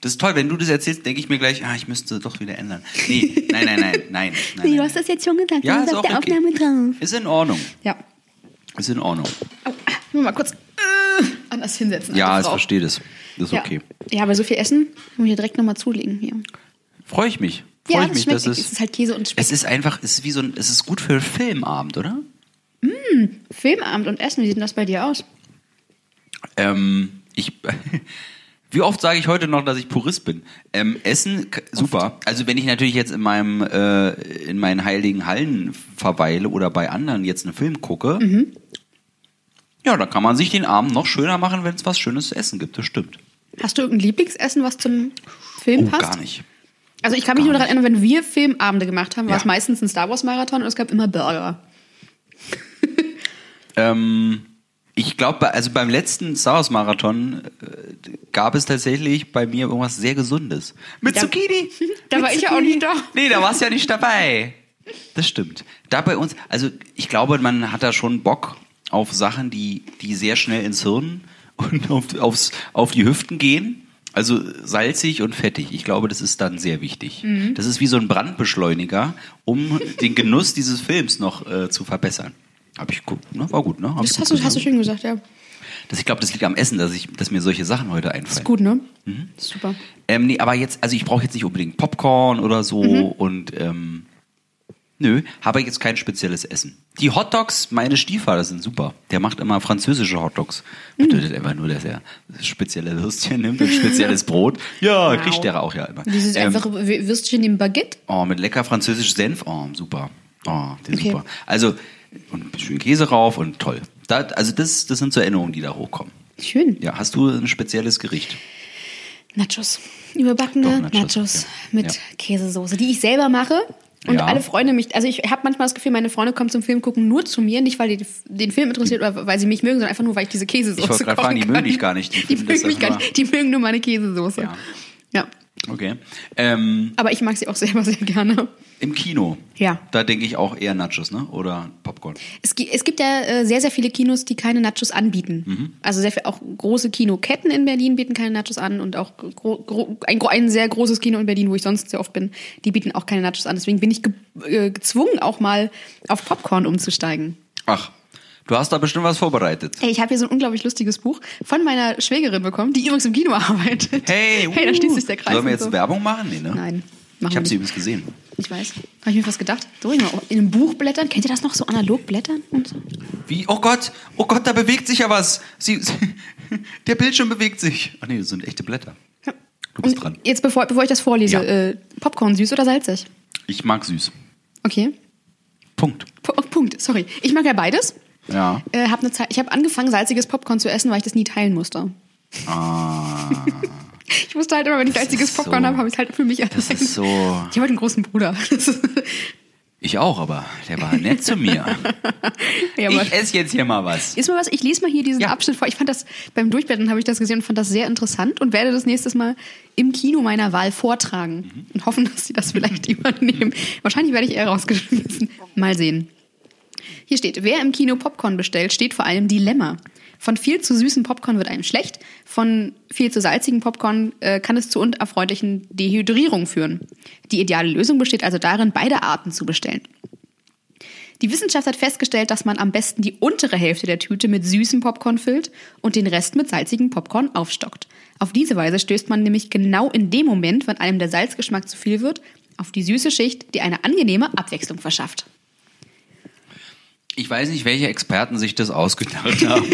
Das ist toll. Wenn du das erzählst, denke ich mir gleich, ah, ich müsste doch wieder ändern. Nee, nein, nein, nein, nein. nein, Nee, nein. du hast das jetzt schon gesagt. ja, das ist ist auf auch der okay. Aufnahme drauf. Ist in Ordnung. Ja. Ist in Ordnung. Oh, ah, nur mal kurz äh, an anders hinsetzen. Ja, alte ich Frau. verstehe das. Das ist ja. okay. Ja, aber so viel Essen muss ich ja direkt nochmal zulegen hier. Freue ich mich. Freue Ja, ich das mich, schmeckt. dass es es. ist halt Käse und Speck. Es ist einfach, es ist wie so ein, es ist gut für einen Filmabend, oder? Filmabend und Essen, wie sieht denn das bei dir aus? Ähm, ich. Wie oft sage ich heute noch, dass ich Purist bin? Ähm, Essen, k- super. Also wenn ich natürlich jetzt in meinem äh, in meinen heiligen Hallen verweile oder bei anderen jetzt einen Film gucke, Mhm. ja, dann kann man sich den Abend noch schöner machen, wenn es was Schönes zu essen gibt. Das stimmt. Hast du irgendein Lieblingsessen, was zum Film Oh, passt? gar nicht. Also ich kann mich Gar nur daran erinnern, wenn wir Filmabende gemacht haben, war Ja. es meistens ein Star Wars Marathon und es gab immer Burger. Ähm, ich glaube, also beim letzten Star Wars Marathon äh, gab es tatsächlich bei mir irgendwas sehr Gesundes. Mit Da- Zucchini. Da Mit war ich ja auch Zucchini. nicht da. Nee, da warst du ja nicht dabei. Das stimmt. Da bei uns, also ich glaube, man hat da schon Bock auf Sachen, die, die sehr schnell ins Hirn und auf, aufs, auf die Hüften gehen. Also salzig und fettig. Ich glaube, das ist dann sehr wichtig. Mhm. Das ist wie so ein Brandbeschleuniger, um den Genuss dieses Films noch äh, zu verbessern. Hab ich geguckt, ne? War gut, ne? Hab ich Das gut hast du, gesagt. hast du schön gesagt, ja. Das, ich glaube, das liegt am Essen, dass, ich, dass mir solche Sachen heute einfallen. Ist gut, ne? Mhm. Ist super. Ähm, nee, aber jetzt, also ich brauche jetzt nicht unbedingt Popcorn oder so Mhm. und ähm, nö, habe jetzt kein spezielles Essen. Die Hotdogs meines Stiefvaters sind super. Der macht immer französische Hotdogs. Mhm. Bedeutet einfach nur, dass er spezielle Würstchen nimmt und spezielles Brot. Ja, Wow. kriegt der auch ja immer. Dieses Ähm, einfache W- Würstchen im Baguette. Oh, mit lecker französisch Senf. Oh, super. Oh, die Okay. super. Also, und schön Käse rauf und toll. Da, also, das, das sind so Erinnerungen, die da hochkommen. Schön. Ja, hast du ein spezielles Gericht? Nachos. Überbackene Doch, Nachos, Nachos, ja. mit Ja. Käsesoße, die ich selber mache. Und Ja. alle Freunde mich, also ich habe manchmal das Gefühl, meine Freunde kommen zum Film gucken nur zu mir, nicht weil die den Film interessiert oder weil sie mich mögen, sondern einfach nur, weil ich diese Käsesoße Ich wollte gerade kochen fragen, die kann. mögen dich gar nicht. Die Die, finden das mögen mich gar einfach nicht. Die mögen nur meine Käsesoße. Ja. Ja. Okay. Ähm, Aber ich mag sie auch selber sehr gerne. Im Kino. Ja. Da denke ich auch eher Nachos, ne? Oder Popcorn. Es, gi- es gibt ja äh, sehr, sehr viele Kinos, die keine Nachos anbieten. Mhm. Also sehr viel, auch große Kinoketten in Berlin bieten keine Nachos an und auch gro, gro, ein, gro- ein sehr großes Kino in Berlin, wo ich sonst sehr oft bin, die bieten auch keine Nachos an. Deswegen bin ich ge, äh, gezwungen, auch mal auf Popcorn umzusteigen. Ach, du hast da bestimmt was vorbereitet. Ey, ich habe hier so ein unglaublich lustiges Buch von meiner Schwägerin bekommen, die übrigens im Kino arbeitet. Hey, hey da uh. schließt sich der Kreis. Sollen wir und jetzt so. Werbung machen? Nee, ne? Nein, machen Ich wir habe nicht. sie übrigens gesehen. Ich weiß. Habe ich mir fast gedacht. So, in einem Buch blättern. Kennt ihr das noch? So analog blättern und so? Wie? Oh Gott, oh Gott, da bewegt sich ja was. Sie, sie, der Bildschirm bewegt sich. Ach nee, das sind echte Blätter. Ja. Du bist Und dran. Jetzt, bevor, bevor ich das vorlese, Ja. äh, Popcorn süß oder salzig? Ich mag süß. Okay. Punkt. P oh, Punkt, sorry. Ich mag ja beides. Ja. Äh, hab ne Zeit, ich habe angefangen, salziges Popcorn zu essen, weil ich das nie teilen musste. Ah, Ich musste halt immer, wenn ich Das salziges ist Popcorn so- habe, habe ich halt für mich das allein. ist so. Ich habe halt einen großen Bruder. Ich auch, aber der war nett zu mir. ja, aber Ich esse jetzt hier mal was. ist mal was, ich lese mal hier diesen Ja. Abschnitt vor. Ich fand das, beim Durchblättern habe ich das gesehen und fand das sehr interessant und werde das nächstes Mal im Kino meiner Wahl vortragen und hoffen, dass sie das vielleicht übernehmen. Wahrscheinlich werde ich eher rausgeschmissen. Mal sehen. Hier steht, wer im Kino Popcorn bestellt, steht vor einem Dilemma. Von viel zu süßem Popcorn wird einem schlecht, von viel zu salzigem Popcorn äh, kann es zu unerfreulichen Dehydrierung führen. Die ideale Lösung besteht also darin, beide Arten zu bestellen. Die Wissenschaft hat festgestellt, dass man am besten die untere Hälfte der Tüte mit süßem Popcorn füllt und den Rest mit salzigem Popcorn aufstockt. Auf diese Weise stößt man nämlich genau in dem Moment, wenn einem der Salzgeschmack zu viel wird, auf die süße Schicht, die eine angenehme Abwechslung verschafft. Ich weiß nicht, welche Experten sich das ausgedacht haben.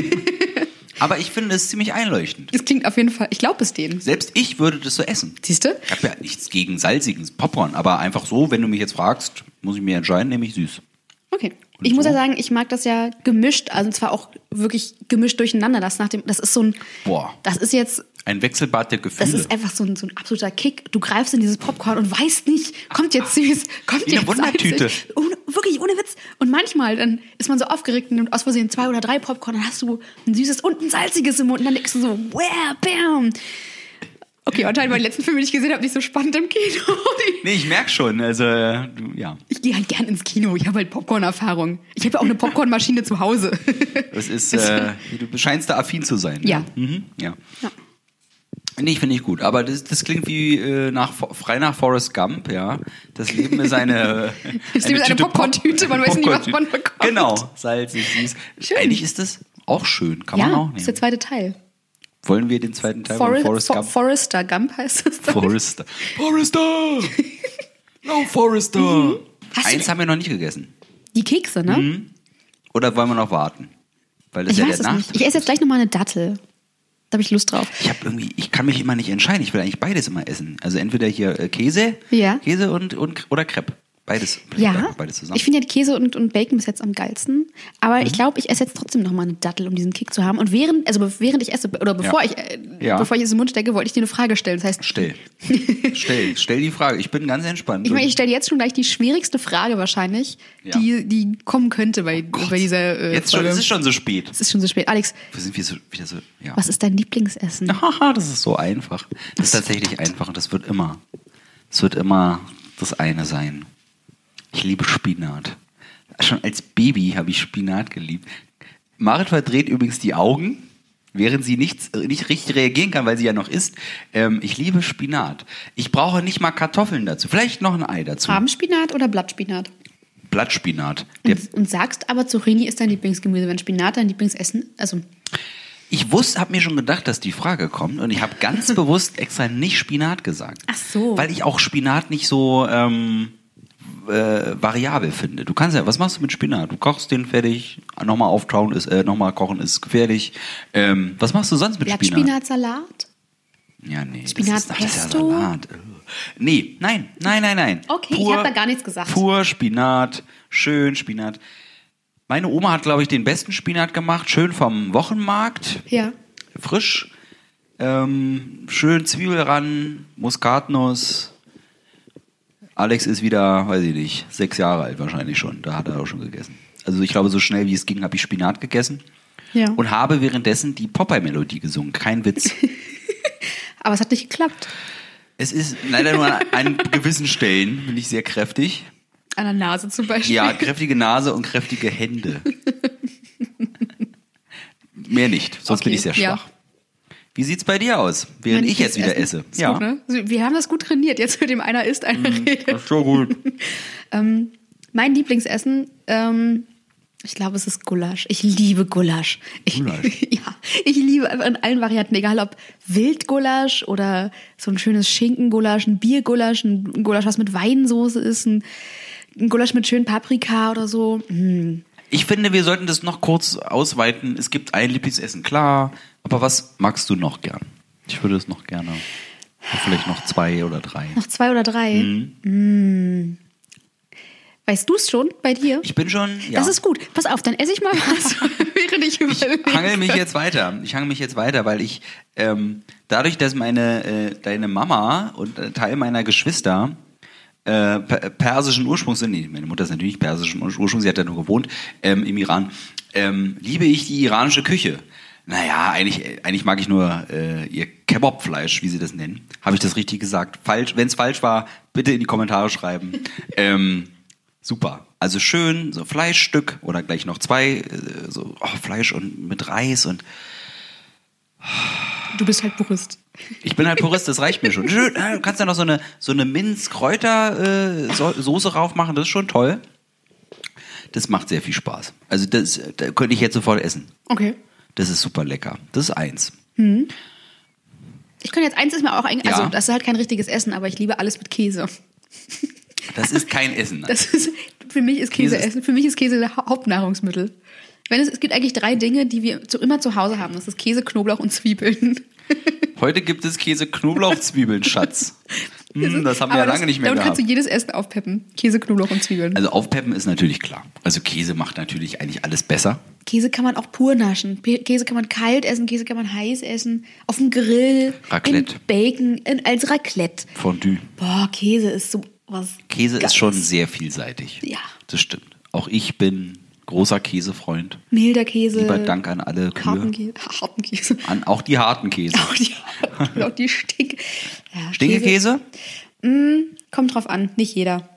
Aber ich finde es ziemlich einleuchtend. Das klingt auf jeden Fall, ich glaube es denen. Selbst ich würde das so essen. Siehst du? Ich habe ja nichts gegen salzigen Popcorn, aber einfach so, wenn du mich jetzt fragst, muss ich mir entscheiden, nehme ich süß. Okay. Ich muss ja sagen, ich mag das ja gemischt, also zwar auch wirklich gemischt durcheinander. Das nach dem, das ist so ein, Boah. das ist jetzt, Ein Wechselbad der das Gefühle. ist einfach so ein, so ein absoluter Kick. Du greifst in dieses Popcorn und weißt nicht, kommt jetzt süß, kommt Wie eine jetzt Wundertüte. salzig. Ohne, wirklich ohne Witz. Und manchmal dann ist man so aufgeregt und nimmt aus Versehen zwei oder drei Popcorn, dann hast du ein süßes und ein salziges im Mund und dann denkst du so, wow, bam. Okay, anscheinend war die letzten Filme, die ich gesehen habe, nicht so spannend im Kino. nee, ich merke schon. Also, äh, du- ja, Ich gehe halt gern ins Kino. Ich habe halt Popcorn-Erfahrung. Ich habe ja auch eine Popcornmaschine zu Hause. es ist, äh, du scheinst da affin zu sein. Ja. Mhm, ja. Ja. Nee, ich finde ich gut. Aber das, das klingt wie äh, nach, frei nach Forrest Gump, ja. Das Leben ist eine. Das Leben ist eine Tüte Popcorn-Tüte, man weiß nie, was man Popcorn-Tüte. bekommt. Genau, salzig, süß. Schön. Eigentlich ist das auch schön, kann man auch ja, nehmen. ist der zweite Teil. Wollen wir den zweiten Teil Forre- von Forrest For- Gump? Forrester Gump heißt es. Forrester. Forrester! Lauf, Forrester! Mhm. Hast du Eins haben wir noch nicht gegessen. Die Kekse, Mhm. ne? Oder wollen wir noch warten? Weil das Ich ja weiß der es nicht. Nachtisch Ich esse jetzt gleich nochmal eine Dattel. Da habe ich Lust drauf. Ich habe irgendwie, ich kann mich immer nicht entscheiden. Ich will eigentlich beides immer essen. Also entweder hier äh, Käse, Ja. Käse und, und oder Crepe. Beides. Vielleicht Ja, einfach Beides zusammen. Mhm. ich finde ja Käse und, und Bacon bis jetzt am geilsten. Aber ich glaube, ich esse jetzt trotzdem nochmal eine Dattel, um diesen Kick zu haben. Und während, also be- während ich esse, oder bevor, Ja. ich, äh, Ja. bevor ich es im Mund stecke, wollte ich dir eine Frage stellen. Das heißt, Stell. stell, stell die Frage. Ich bin ganz entspannt. ich meine, ich Und- stelle jetzt schon gleich die schwierigste Frage wahrscheinlich, Ja. Oh die, die kommen könnte bei, bei dieser äh, Jetzt schon, Folge. es ist schon so spät. es ist schon so spät. Alex, Wir sind wieder so, wieder so ja. was ist dein Lieblingsessen? Haha, das ist so einfach. Das ist tatsächlich einfach und das wird immer. Es wird immer das eine sein. Ich liebe Spinat. Schon als Baby habe ich Spinat geliebt. Marit verdreht übrigens die Augen, während sie nichts, äh, nicht richtig reagieren kann, weil sie ja noch isst. Ähm, ich liebe Spinat. Ich brauche nicht mal Kartoffeln dazu. Vielleicht noch ein Ei dazu. Rabenspinat oder Blattspinat? Blattspinat. Der Und, und sagst aber, Zucchini ist dein Lieblingsgemüse, wenn Spinat dein Lieblingsessen, also Ich wusste, habe mir schon gedacht, dass die Frage kommt und ich habe ganz bewusst extra nicht Spinat gesagt. Ach so. Weil ich auch Spinat nicht so ähm, äh, variabel finde. Du kannst ja, was machst du mit Spinat? Du kochst den fertig, nochmal auftauen ist, äh, nochmal kochen ist fertig. Ähm, was machst du sonst mit Spinat? Blattspinatsalat? Ja, nee. Spinat das ist, ach, das ist ja Pesto? Salat. Ugh. Nee, nein, nein, nein, nein. Okay, ich hab da gar nichts gesagt. Pur Spinat, schön Spinat. Meine Oma hat, glaube ich, den besten Spinat gemacht, schön vom Wochenmarkt Ja. frisch, ähm, schön Zwiebel ran, Muskatnuss. Alex ist wieder, weiß ich nicht, sechs Jahre alt wahrscheinlich schon. Da hat er auch schon gegessen. Also ich glaube, so schnell wie es ging, habe ich Spinat gegessen Ja. und habe währenddessen die Popeye-Melodie gesungen. Kein Witz. Aber es hat nicht geklappt. es ist leider nur an, an gewissen Stellen, bin ich sehr kräftig. An der Nase zum Beispiel. Ja, kräftige Nase und kräftige Hände. Mehr nicht, sonst bin Okay, ich sehr ja. schwach. Wie sieht's bei dir aus, während ich jetzt wieder esse? Mhm. Ja. Gut, ne? Also, Wir haben das gut trainiert. Jetzt mit dem einer isst, einer redet. Das ist schon gut. Ähm, mein Lieblingsessen, ähm, ich glaube, es ist Gulasch. Ich liebe Gulasch. Ich, Gulasch? ja, ich liebe einfach in allen Varianten, egal ob Wildgulasch oder so ein schönes Schinkengulasch, ein Biergulasch, ein Gulasch, was mit Weinsoße ist, ein, ein Gulasch mit schön Paprika oder so. Mm. Ich finde, wir sollten das noch kurz ausweiten. Es gibt ein Lieblingsessen, klar. Aber was magst du noch gern? Ich würde es noch gerne. Vielleicht noch zwei oder drei. Noch zwei oder drei. Mm. Weißt du es schon bei dir? Mhm. Ich bin schon. Ja. Das ist gut. Pass auf, dann esse ich mal was, während ich überlege. hangel mich jetzt weiter. Ich hangel mich jetzt weiter, weil ich ähm, dadurch, dass meine äh, deine Mama und ein Teil meiner Geschwister äh, per- persischen Ursprungs sind, nee, meine Mutter ist natürlich nicht persischen Ur- Ursprungs, sie hat da nur gewohnt ähm, im Iran, ähm, liebe ich die iranische Küche. Naja, eigentlich, äh, eigentlich mag ich nur äh, ihr Kebabfleisch, wie sie das nennen. Habe ich das richtig gesagt? Falsch, wenn es falsch war, bitte in die Kommentare schreiben. ähm, Super. Also schön, so Fleischstück oder gleich noch zwei, äh, so oh, Fleisch und mit Reis und Du bist halt Purist. ich bin halt Purist, das reicht mir schon. Schön, äh, du kannst ja noch so eine, so eine äh, Minz-Kräuter-Soße rauf machen, das ist schon toll. Das macht sehr viel Spaß. Also das, da könnte ich jetzt sofort essen. Okay. Das ist super lecker. Das ist eins. Ich kann jetzt eins ist mir auch eigentlich, also Ja. das ist halt kein richtiges Essen, aber ich liebe alles mit Käse. Das ist kein Essen. Das ist für mich ist Käse, Käse ist- Essen. Für mich ist Käse der Hau- Hauptnahrungsmittel. Wenn es, es gibt eigentlich drei Dinge, die wir zu, immer zu Hause haben. Das ist Käse, Knoblauch und Zwiebeln. Heute gibt es Käse, Knoblauch, Zwiebeln, Schatz. Hm, das haben wir ja Aber lange nicht mehr Damit gehabt. kannst du jedes Essen aufpeppen. Käse, Knoblauch und Zwiebeln. Also aufpeppen ist natürlich klar. Also Käse macht natürlich eigentlich alles besser. Käse kann man auch pur naschen. P- Käse kann man kalt essen, Käse kann man heiß essen. Auf dem Grill. Raclette. In Bacon, in, als Raclette. Fondue. Boah, Käse ist so was. Käse Geiles. ist schon sehr vielseitig. Ja. Das stimmt. Auch ich bin großer Käsefreund. Milder Käse. Lieber Dank an alle Kühe. harten Käse. Harten Käse. An auch die harten Käse. Auch die, auch die Stink. Ja, Stinkekäse? Kommt drauf an, nicht jeder.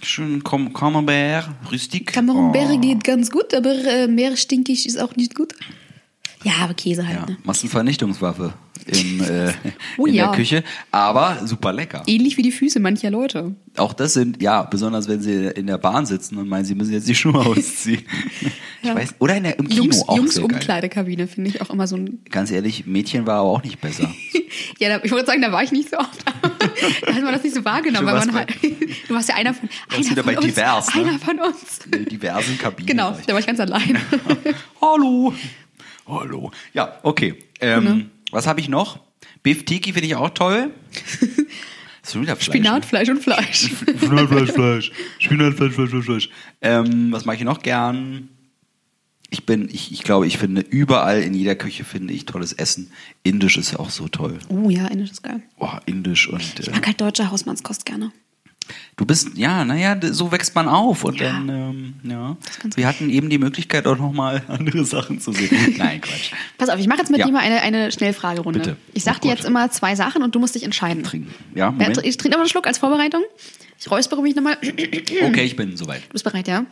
Schön Com Camembert, rustik. Camembert Oh. geht ganz gut, aber äh, mehr stinkig ist auch nicht gut. Ja, aber Käse halt. Ja, Ne? Massenvernichtungswaffe. im, äh, Oh in ja. der Küche, aber super lecker. Ähnlich wie die Füße mancher Leute. Auch das sind, ja, besonders wenn sie in der Bahn sitzen und meinen, sie müssen jetzt die Schuhe ausziehen. Ich Ja. weiß, oder in der, im Kino Jungs, auch Jungs sehr geil. Umkleidekabine finde ich auch immer so ein. Ganz ehrlich, Mädchen war aber auch nicht besser. ja, da, ich wollte sagen, da war ich nicht so oft. da hat man das nicht so wahrgenommen, Du weil warst man halt. du warst ja einer von. warst Einer wieder von bei uns, divers, ne? Einer von uns. In der diversen Kabinen. Genau, war ich. da war ich ganz allein. Hallo. Hallo. Ja, okay. Ähm, Genau. Was habe ich noch? Beef Tiki finde ich auch toll. Ist schon wieder Fleisch, ne? Spinat, Fleisch und Fleisch. Spinatfleisch, Fleisch. Spinatfleisch, Fleisch, Fleisch, Fleisch. Ähm, was mache ich noch gern? Ich bin, ich, ich glaube, ich finde überall in jeder Küche finde ich tolles Essen. Indisch ist auch so toll. Oh ja, Englisch ist geil. Boah, Indisch und Ich äh, mag halt deutsche Hausmannskost gerne. du bist, ja, naja, d- so wächst man auf und Ja. dann, ähm, ja. ist ganz Wir hatten eben die Möglichkeit auch nochmal andere Sachen zu sehen. Nein, Quatsch. Pass auf, ich mache jetzt mit Ja. dir mal eine, eine Schnellfragerunde. Bitte. Ich sag Oh dir Gott. jetzt immer zwei Sachen und du musst dich entscheiden. Trinken. Ja, Ja, Moment. tr- ich trinke nochmal einen Schluck als Vorbereitung. Ich räuspere mich nochmal. Du Okay, ich bin soweit. bist bereit, ja? Mhm.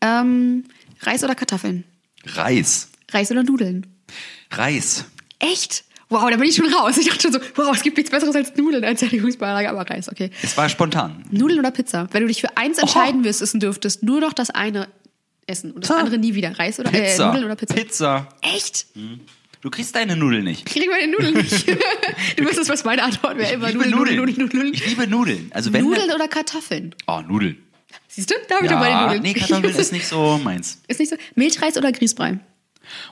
Ähm, Reis oder Kartoffeln? Reis. Reis oder Nudeln? Reis. Echt? Wow, da bin ich schon raus. Ich dachte schon so, wow, es gibt nichts Besseres als Nudeln als Sättigungsbeilage, aber Reis, okay. Es war spontan. Nudeln oder Pizza? Wenn du dich für Oh. eins entscheiden müsstest und dürftest, nur noch das eine essen und das Ha. andere nie wieder. Reis oder Äh, Pizza. Nudeln oder Pizza? Pizza. Echt? Du kriegst deine Nudeln nicht. Kriegen wir den Nudeln nicht? du wüsstest, was meine Antwort wäre. Immer ich liebe Nudeln, Nudeln, Nudeln, Nudeln. Ich liebe Nudeln. Also wenn Nudeln oder Kartoffeln? Oh, Nudeln. Siehst du? Da hab ich doch meine Nudeln. nee, Kartoffeln ist nicht so meins. Ist nicht so. Milchreis oder Grießbrei?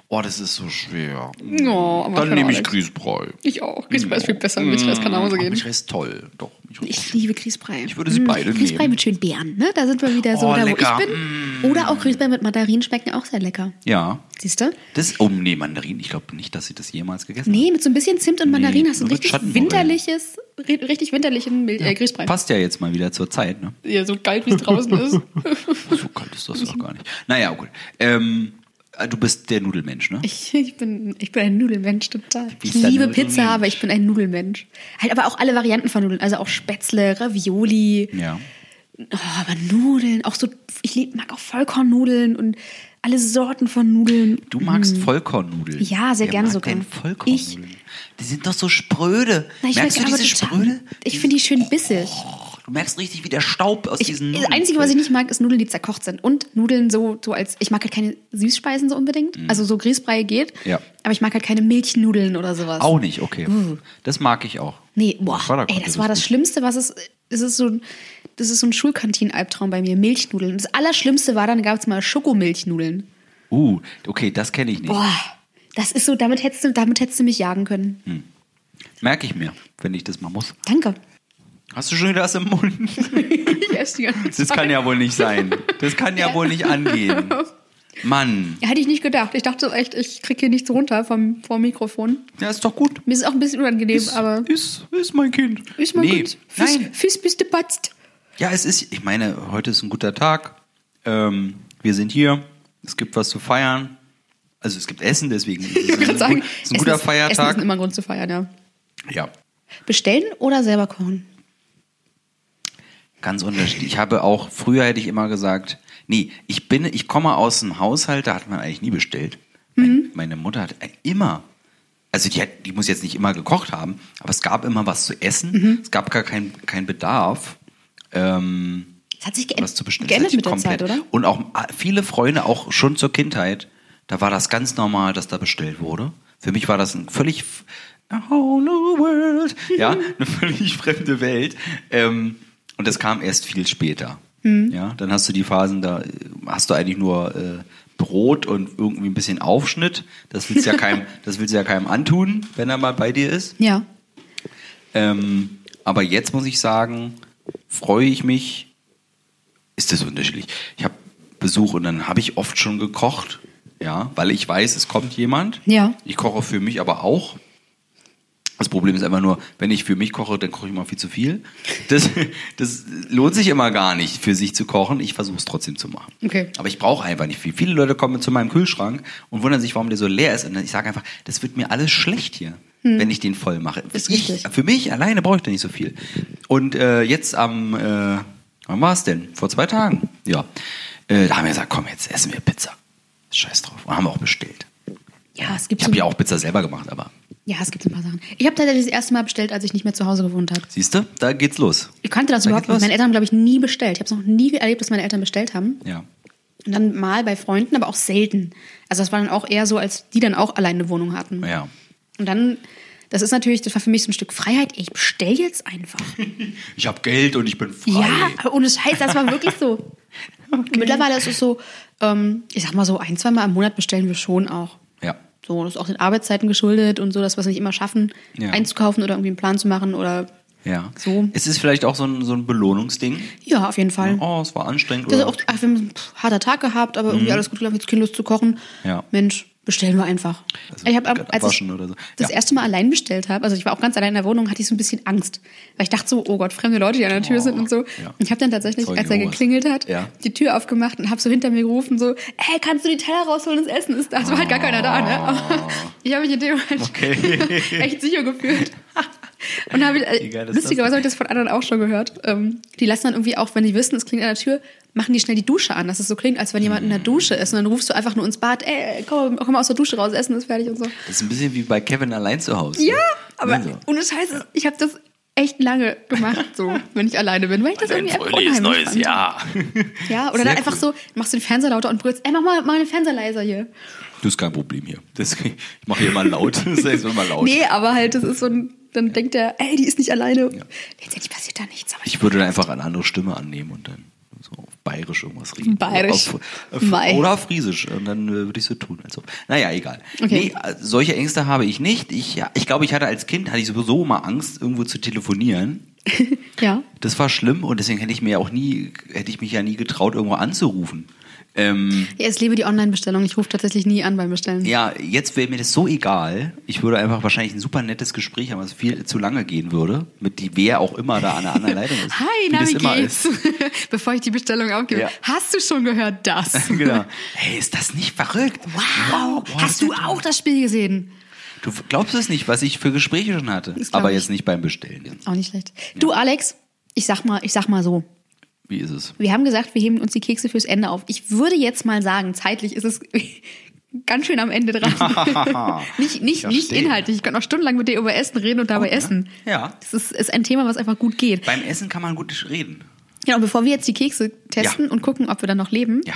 Oh, das ist so schwer. Oh, aber Dann kann nehme auch ich nicht. Grießbrei. Ich auch. Grießbrei ist viel besser. Milchreis kann nach Hause Oh, gehen. Milchreis ist toll. Doch. Milchreis- Ich liebe Grießbrei. Ich würde sie Mm, beide Grießbrei nehmen. mit schönen Beeren, ne? Da sind wir wieder so, Oh, da wo lecker. Mm. ich bin. Oder auch Grießbrei mit Mandarinen schmecken auch sehr lecker. Ja. Siehst du? Das, oh, nee, Mandarin. Ich glaube nicht, dass sie das jemals gegessen Nee, mit so ein bisschen Zimt und Mandarinen Nee, hast du ein nur mit richtig Schattennudeln. winterliches, ri- richtig winterlichen Mil äh, Grießbrei. haben. Passt ja jetzt mal wieder zur Zeit, ne? Ja, so kalt, wie es draußen ist. So kalt ist das doch gar nicht. Naja, gut. Ähm, du bist der Nudelmensch, ne? Ich, ich, bin, ich bin ein Nudelmensch total. Ich bist ein liebe Nudelmensch. Pizza, aber ich bin ein Nudelmensch. Halt aber auch alle Varianten von Nudeln, also auch Spätzle, Ravioli. Ja. Oh, aber Nudeln, auch so, ich lieb, mag auch Vollkornnudeln und alle Sorten von Nudeln. Du magst Vollkornnudeln. Mhm. Ja, sehr Wer gerne mag sogar. Denn Vollkornnudeln. die sind doch so spröde. Na, ich Merkst du mag diese aber total- Spröde? Ich finde die schön bissig. Oh, du merkst richtig, wie der Staub aus Ich, diesen das Nudeln Einzige, was ich fällt. nicht mag, ist Nudeln, die zerkocht sind. Und Nudeln so, so als, ich mag halt keine Süßspeisen so unbedingt. Also so Grießbrei geht. Mhm. Ja. Aber ich mag halt keine Milchnudeln oder sowas. Auch nicht, okay. Das mag ich auch. Uh. Nee, boah, Vordergrund ey, ist das war gut. das Schlimmste, was es, es ist so, ein- das ist so ein Schulkantinen-Albtraum bei mir, Milchnudeln. Und das Allerschlimmste war dann, gab es mal Schokomilchnudeln. Uh, okay, das kenne ich nicht. Boah, das ist so, damit hättest du, damit hättest du mich jagen können. Hm. Merke ich mir, wenn ich das mal muss. Danke. Hast du schon wieder was im Mund? Ich esse die ganze Das kann ja wohl nicht sein. Das kann ja wohl nicht angehen. Mann, Hätte ich nicht gedacht. Ich dachte echt, ich kriege hier nichts runter vom, vom Mikrofon. ja, ist doch gut. Mir ist es auch ein bisschen unangenehm, aber ist, ist mein Kind. ist mal nee, gut. Füß, Nein. Füß bist du patzt. Ja, es ist, ich meine, heute ist ein guter Tag. Ähm, wir sind hier. Es gibt was zu feiern. Also es gibt Essen, deswegen. ist es Ich ein, kann sagen, gut- es ist ein guter Essen Essen Feiertag. ist immer ein Grund zu feiern, ja. ja, Bestellen oder selber kochen? ganz unterschiedlich. Ich habe auch, früher hätte ich immer gesagt, nee, ich bin, ich komme aus einem Haushalt, da hat man eigentlich nie bestellt. Mhm. Mein, meine Mutter hat immer, also die, hat, die muss jetzt nicht immer gekocht haben, aber es gab immer was zu essen. Mhm. Es gab gar keinen keinen Bedarf. Ähm, Das hat sich geänd was zu bestellen. geändert Das mit hat der sich Zeit, komplett- oder? Und auch ah, viele Freunde, auch schon zur Kindheit, da war das ganz normal, dass da bestellt wurde. Für mich war das ein völlig f- a whole new world, ja, eine völlig fremde Welt. Ähm, und das kam erst viel später. Hm. Ja, dann hast du die Phasen, da äh, hast du eigentlich nur äh, Brot und irgendwie ein bisschen Aufschnitt. Das willst du ja keinem, das willst du ja keinem antun, wenn er mal bei dir ist. Ja. Ähm, aber jetzt muss ich sagen, freue ich mich. Ist das unterschiedlich? Ich habe Besuch und dann habe ich oft schon gekocht, ja, weil ich weiß, es kommt jemand. Ja. Ich koche für mich aber auch. Das Problem ist einfach nur, wenn ich für mich koche, dann koche ich immer viel zu viel. Das, das lohnt sich immer gar nicht, für sich zu kochen. Ich versuche es trotzdem zu machen. Okay. Aber ich brauche einfach nicht viel. Viele Leute kommen zu meinem Kühlschrank und wundern sich, warum der so leer ist. Und ich sage einfach, das wird mir alles schlecht hier, Hm. wenn ich den voll mache. Ist ich, richtig. für mich alleine brauche ich da nicht so viel. Und äh, jetzt am, äh, wann war es denn? Vor zwei Tagen. Ja. Äh, da haben wir gesagt, komm, jetzt essen wir Pizza. Scheiß drauf. Und haben wir auch bestellt. Ja, es gibt Ich so. habe ja auch Pizza selber gemacht, aber Ja, es gibt ein paar Sachen. Ich habe tatsächlich das erste Mal bestellt, als ich nicht mehr zu Hause gewohnt habe. Siehst du, da geht's los. Ich kannte das Da überhaupt geht's nicht. los. Meine Eltern haben, glaube ich, nie bestellt. Ich habe es noch nie erlebt, dass meine Eltern bestellt haben. Ja. Und dann mal bei Freunden, aber auch selten. Also das war dann auch eher so, als die dann auch alleine eine Wohnung hatten. Ja. Und dann, das ist natürlich, das war für mich so ein Stück Freiheit. Ich bestell jetzt einfach. Ich habe Geld und ich bin frei. Ja, aber ohne Scheiß, das war wirklich so. Und Mittlerweile ist es so, ähm, ich sag mal so, ein, zweimal im Monat bestellen wir schon auch. Ja. So, das ist auch den Arbeitszeiten geschuldet und so, dass wir es nicht immer schaffen, Ja. einzukaufen oder irgendwie einen Plan zu machen oder Ja. So. Es ist vielleicht auch so ein, so ein Belohnungsding. ja, auf jeden Fall. Oh, es war anstrengend. Das ist oder? Mhm. auch, ach, wir haben einen pff, harter Tag gehabt, aber irgendwie alles gut gelaufen, jetzt keine Lust zu kochen. Ja. Mensch, bestellen wir einfach. Also, ich hab, am- gerade als ich waschen oder so. das Ja. erste Mal allein bestellt habe, also ich war auch ganz allein in der Wohnung, hatte ich so ein bisschen Angst. Weil ich dachte so, oh Gott, fremde Leute, die an der Tür Oh, sind und so. ja. Und ich habe dann tatsächlich, Zeugen als er Jehovas. geklingelt hat, Ja. die Tür aufgemacht und habe so hinter mir gerufen, so, hey, kannst du die Teller rausholen, das Essen ist da. Es war halt gar keiner da, ne? Ah. Aber ich habe mich in dem Moment echt sicher gefühlt. Und habe, Wie geil ist äh, das lustigerweise habe ich das von anderen auch schon gehört. Ähm, die lassen dann irgendwie auch, wenn die wissen, es klingt an der Tür, machen die schnell die Dusche an, dass es so klingt, als wenn jemand in der Dusche ist. Und dann rufst du einfach nur ins Bad, ey, komm, komm mal aus der Dusche raus, Essen ist fertig und so. Das ist ein bisschen wie bei Kevin allein zu Hause. Ja, aber Also. ohne Scheiß, ich habe das echt lange gemacht, so, wenn ich alleine bin, weil ich das Ein irgendwie einfach fröhliches unheimlich neues fand. Jahr. Ja, oder dann Sehr einfach cool. so, machst du den Fernseher lauter und brüllst, ey, mach mal, mal den Fernseher leiser hier. Das ist kein Problem hier. Das, ich mache hier immer laut. Das ist jetzt immer laut. Nee, aber halt, das ist so ein, dann denkt er, ey, die ist nicht alleine. Letztendlich passiert da nichts, aber ich Ich würde dann einfach eine andere Stimme annehmen und dann so auf bayerisch irgendwas reden. Bayerisch. Auf, Mei. auf, oder auf friesisch. Und dann äh, würde ich so tun. Als ob. Naja, egal. Okay. Nee, äh, solche Ängste habe ich nicht. Ich, ja, ich glaube, ich hatte als Kind, hatte ich sowieso mal Angst, irgendwo zu telefonieren. Ja. Das war schlimm und deswegen hätte ich mir ja auch nie, hätte ich mich ja nie getraut, irgendwo anzurufen. Ähm, Ja, ich lebe die Online-Bestellung. Ich rufe tatsächlich nie an beim Bestellen. ja, jetzt wäre mir das so egal. Ich würde einfach wahrscheinlich ein super nettes Gespräch haben, was viel zu lange gehen würde, mit die wer auch immer da an der anderen Leitung ist. Hi, wie na, das wie immer geht's? ist. Bevor ich die Bestellung aufgebe. Ja. Hast du schon gehört das? genau. Hey, ist das nicht verrückt? Wow, boah, hast du das- auch das Spiel gesehen? Du glaubst es nicht, was ich für Gespräche schon hatte. Das glaub Aber ich. jetzt nicht beim Bestellen. Auch nicht schlecht. Du, Alex, ich sag mal, ich sag mal so. Wie ist es? Wir haben gesagt, wir heben uns die Kekse fürs Ende auf. Ich würde jetzt mal sagen, zeitlich ist es ganz schön am Ende dran. nicht nicht, nicht Verstehe. inhaltlich. Ich könnte noch stundenlang mit dir über Essen reden und dabei Oh, ja. essen. Ja. Das ist, ist ein Thema, was einfach gut geht. Beim Essen kann man gut reden. Genau, bevor wir jetzt die Kekse testen Ja. und gucken, ob wir dann noch leben, Ja.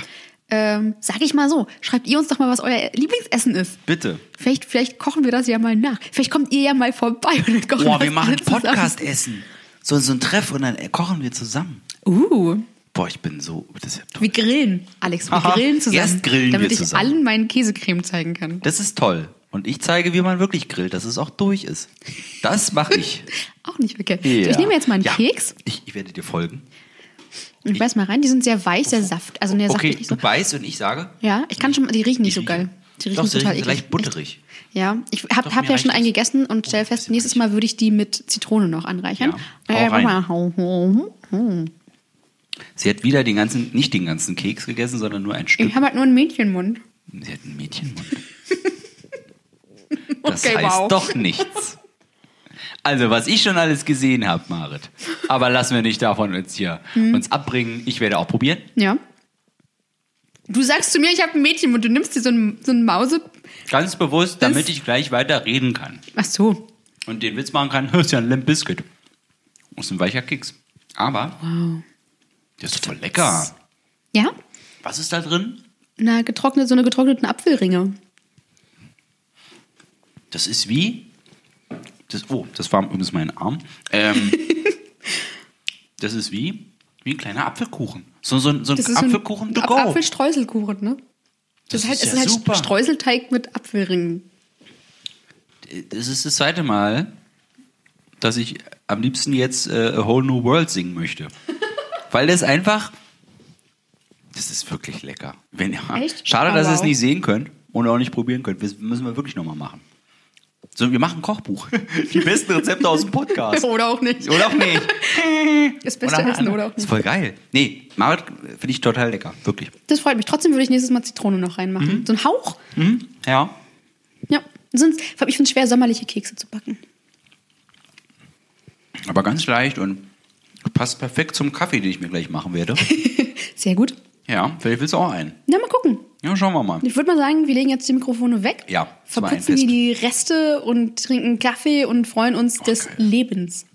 ähm, sage ich mal so, schreibt ihr uns doch mal, was euer Lieblingsessen ist. Bitte. Vielleicht, vielleicht kochen wir das ja mal nach. Vielleicht kommt ihr ja mal vorbei und wir kochen Boah, das wir machen alle zusammen. Podcast-Essen. So, so ein Treff und dann äh, kochen wir zusammen. Uh, Boah, ich bin so. Das ist ja toll. wir grillen, Alex, wir Aha, grillen zusammen. erst grillen damit wir ich zusammen. allen meinen Käsecreme zeigen kann. Das ist toll. Und ich zeige, wie man wirklich grillt, dass es auch durch ist. Das mache ich. Auch nicht verkehrt. So, Ja. ich nehme jetzt mal einen Ja. Keks Ich, ich werde dir folgen. und beiß mal rein. Die sind sehr weich, sehr saft. Also der Saft Oh. okay, ist nicht so. du beißt und ich sage. Ja, ich kann schon mal, die riechen nicht so geil. Die riechen Doch, sie total riechen eklig. leicht butterig. Ja, ich habe Doch, hab mir ja schon einen reicht Oh, das. gegessen und stelle fest, nächstes Mal würde ich die mit Zitrone noch anreichern. Ja, hau Äh, rein. mal, hau, hau. Sie hat wieder den ganzen, nicht den ganzen Keks gegessen, sondern nur ein Stück. Ich habe halt nur einen Mädchenmund. Sie hat einen Mädchenmund. Das Okay, heißt wow. doch nichts. Also, was ich schon alles gesehen habe, Marit. Aber lassen wir nicht davon uns hier Hm. uns abbringen. Ich werde auch probieren. Ja. Du sagst zu mir, ich habe einen Mädchenmund. Du nimmst dir so einen, so einen Mause. Ganz bewusst, damit ich gleich weiter reden kann. Ach so. Und den Witz machen kann, ist ja ein Limp Biscuit. Ist ein weicher Keks. Aber, Wow. das ist voll lecker. Ja? Was ist da drin? Na, getrocknet, so eine getrockneten Apfelringe. Das ist wie. Das, oh, das war übrigens mein Arm. Ähm, das ist wie, wie ein kleiner Apfelkuchen. So, so, so ein Das ist Apfelkuchen so to ein go. Ap- Apfelstreuselkuchen, ne? Das, Das ist halt, ist es ja ist super. halt Streuselteig mit Apfelringen. das ist das zweite Mal, dass ich am liebsten jetzt äh, A Whole New World singen möchte. Weil das einfach. Das ist wirklich lecker. Wenn, ja. Echt? Schade, dass Ah, ihr es wow. nicht sehen könnt und auch nicht probieren könnt. Das müssen wir wirklich nochmal machen. So, wir machen ein Kochbuch. Die besten Rezepte aus dem Podcast. Oder auch nicht. Oder auch nicht. Das beste Essen, oder auch Das ist nicht. voll geil. Nee, Marit finde ich total lecker. Wirklich. Das freut mich. Trotzdem würde ich nächstes Mal Zitrone noch reinmachen. So ein Hauch. Mhm. Ja. Ja. Sonst, ich finde es schwer, sommerliche Kekse zu backen. Aber ganz leicht und passt perfekt zum Kaffee, den ich mir gleich machen werde. Sehr gut. ja, vielleicht willst du auch einen. Na, mal gucken. Ja, schauen wir mal. Ich würde mal sagen, wir legen jetzt die Mikrofone weg, Ja, das war ein verputzen Fest. die Reste und trinken Kaffee und freuen uns des Lebens.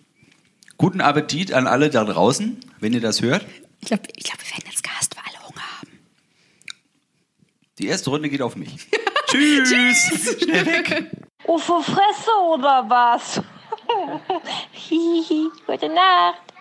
Guten Appetit an alle da draußen, wenn ihr das hört. Ich glaube, ich glaub, wir werden jetzt Gast, weil alle Hunger haben. Die erste Runde geht auf mich. Tschüss. Schnell weg. Ufo Fresse oder was? Hihihi, gute Nacht.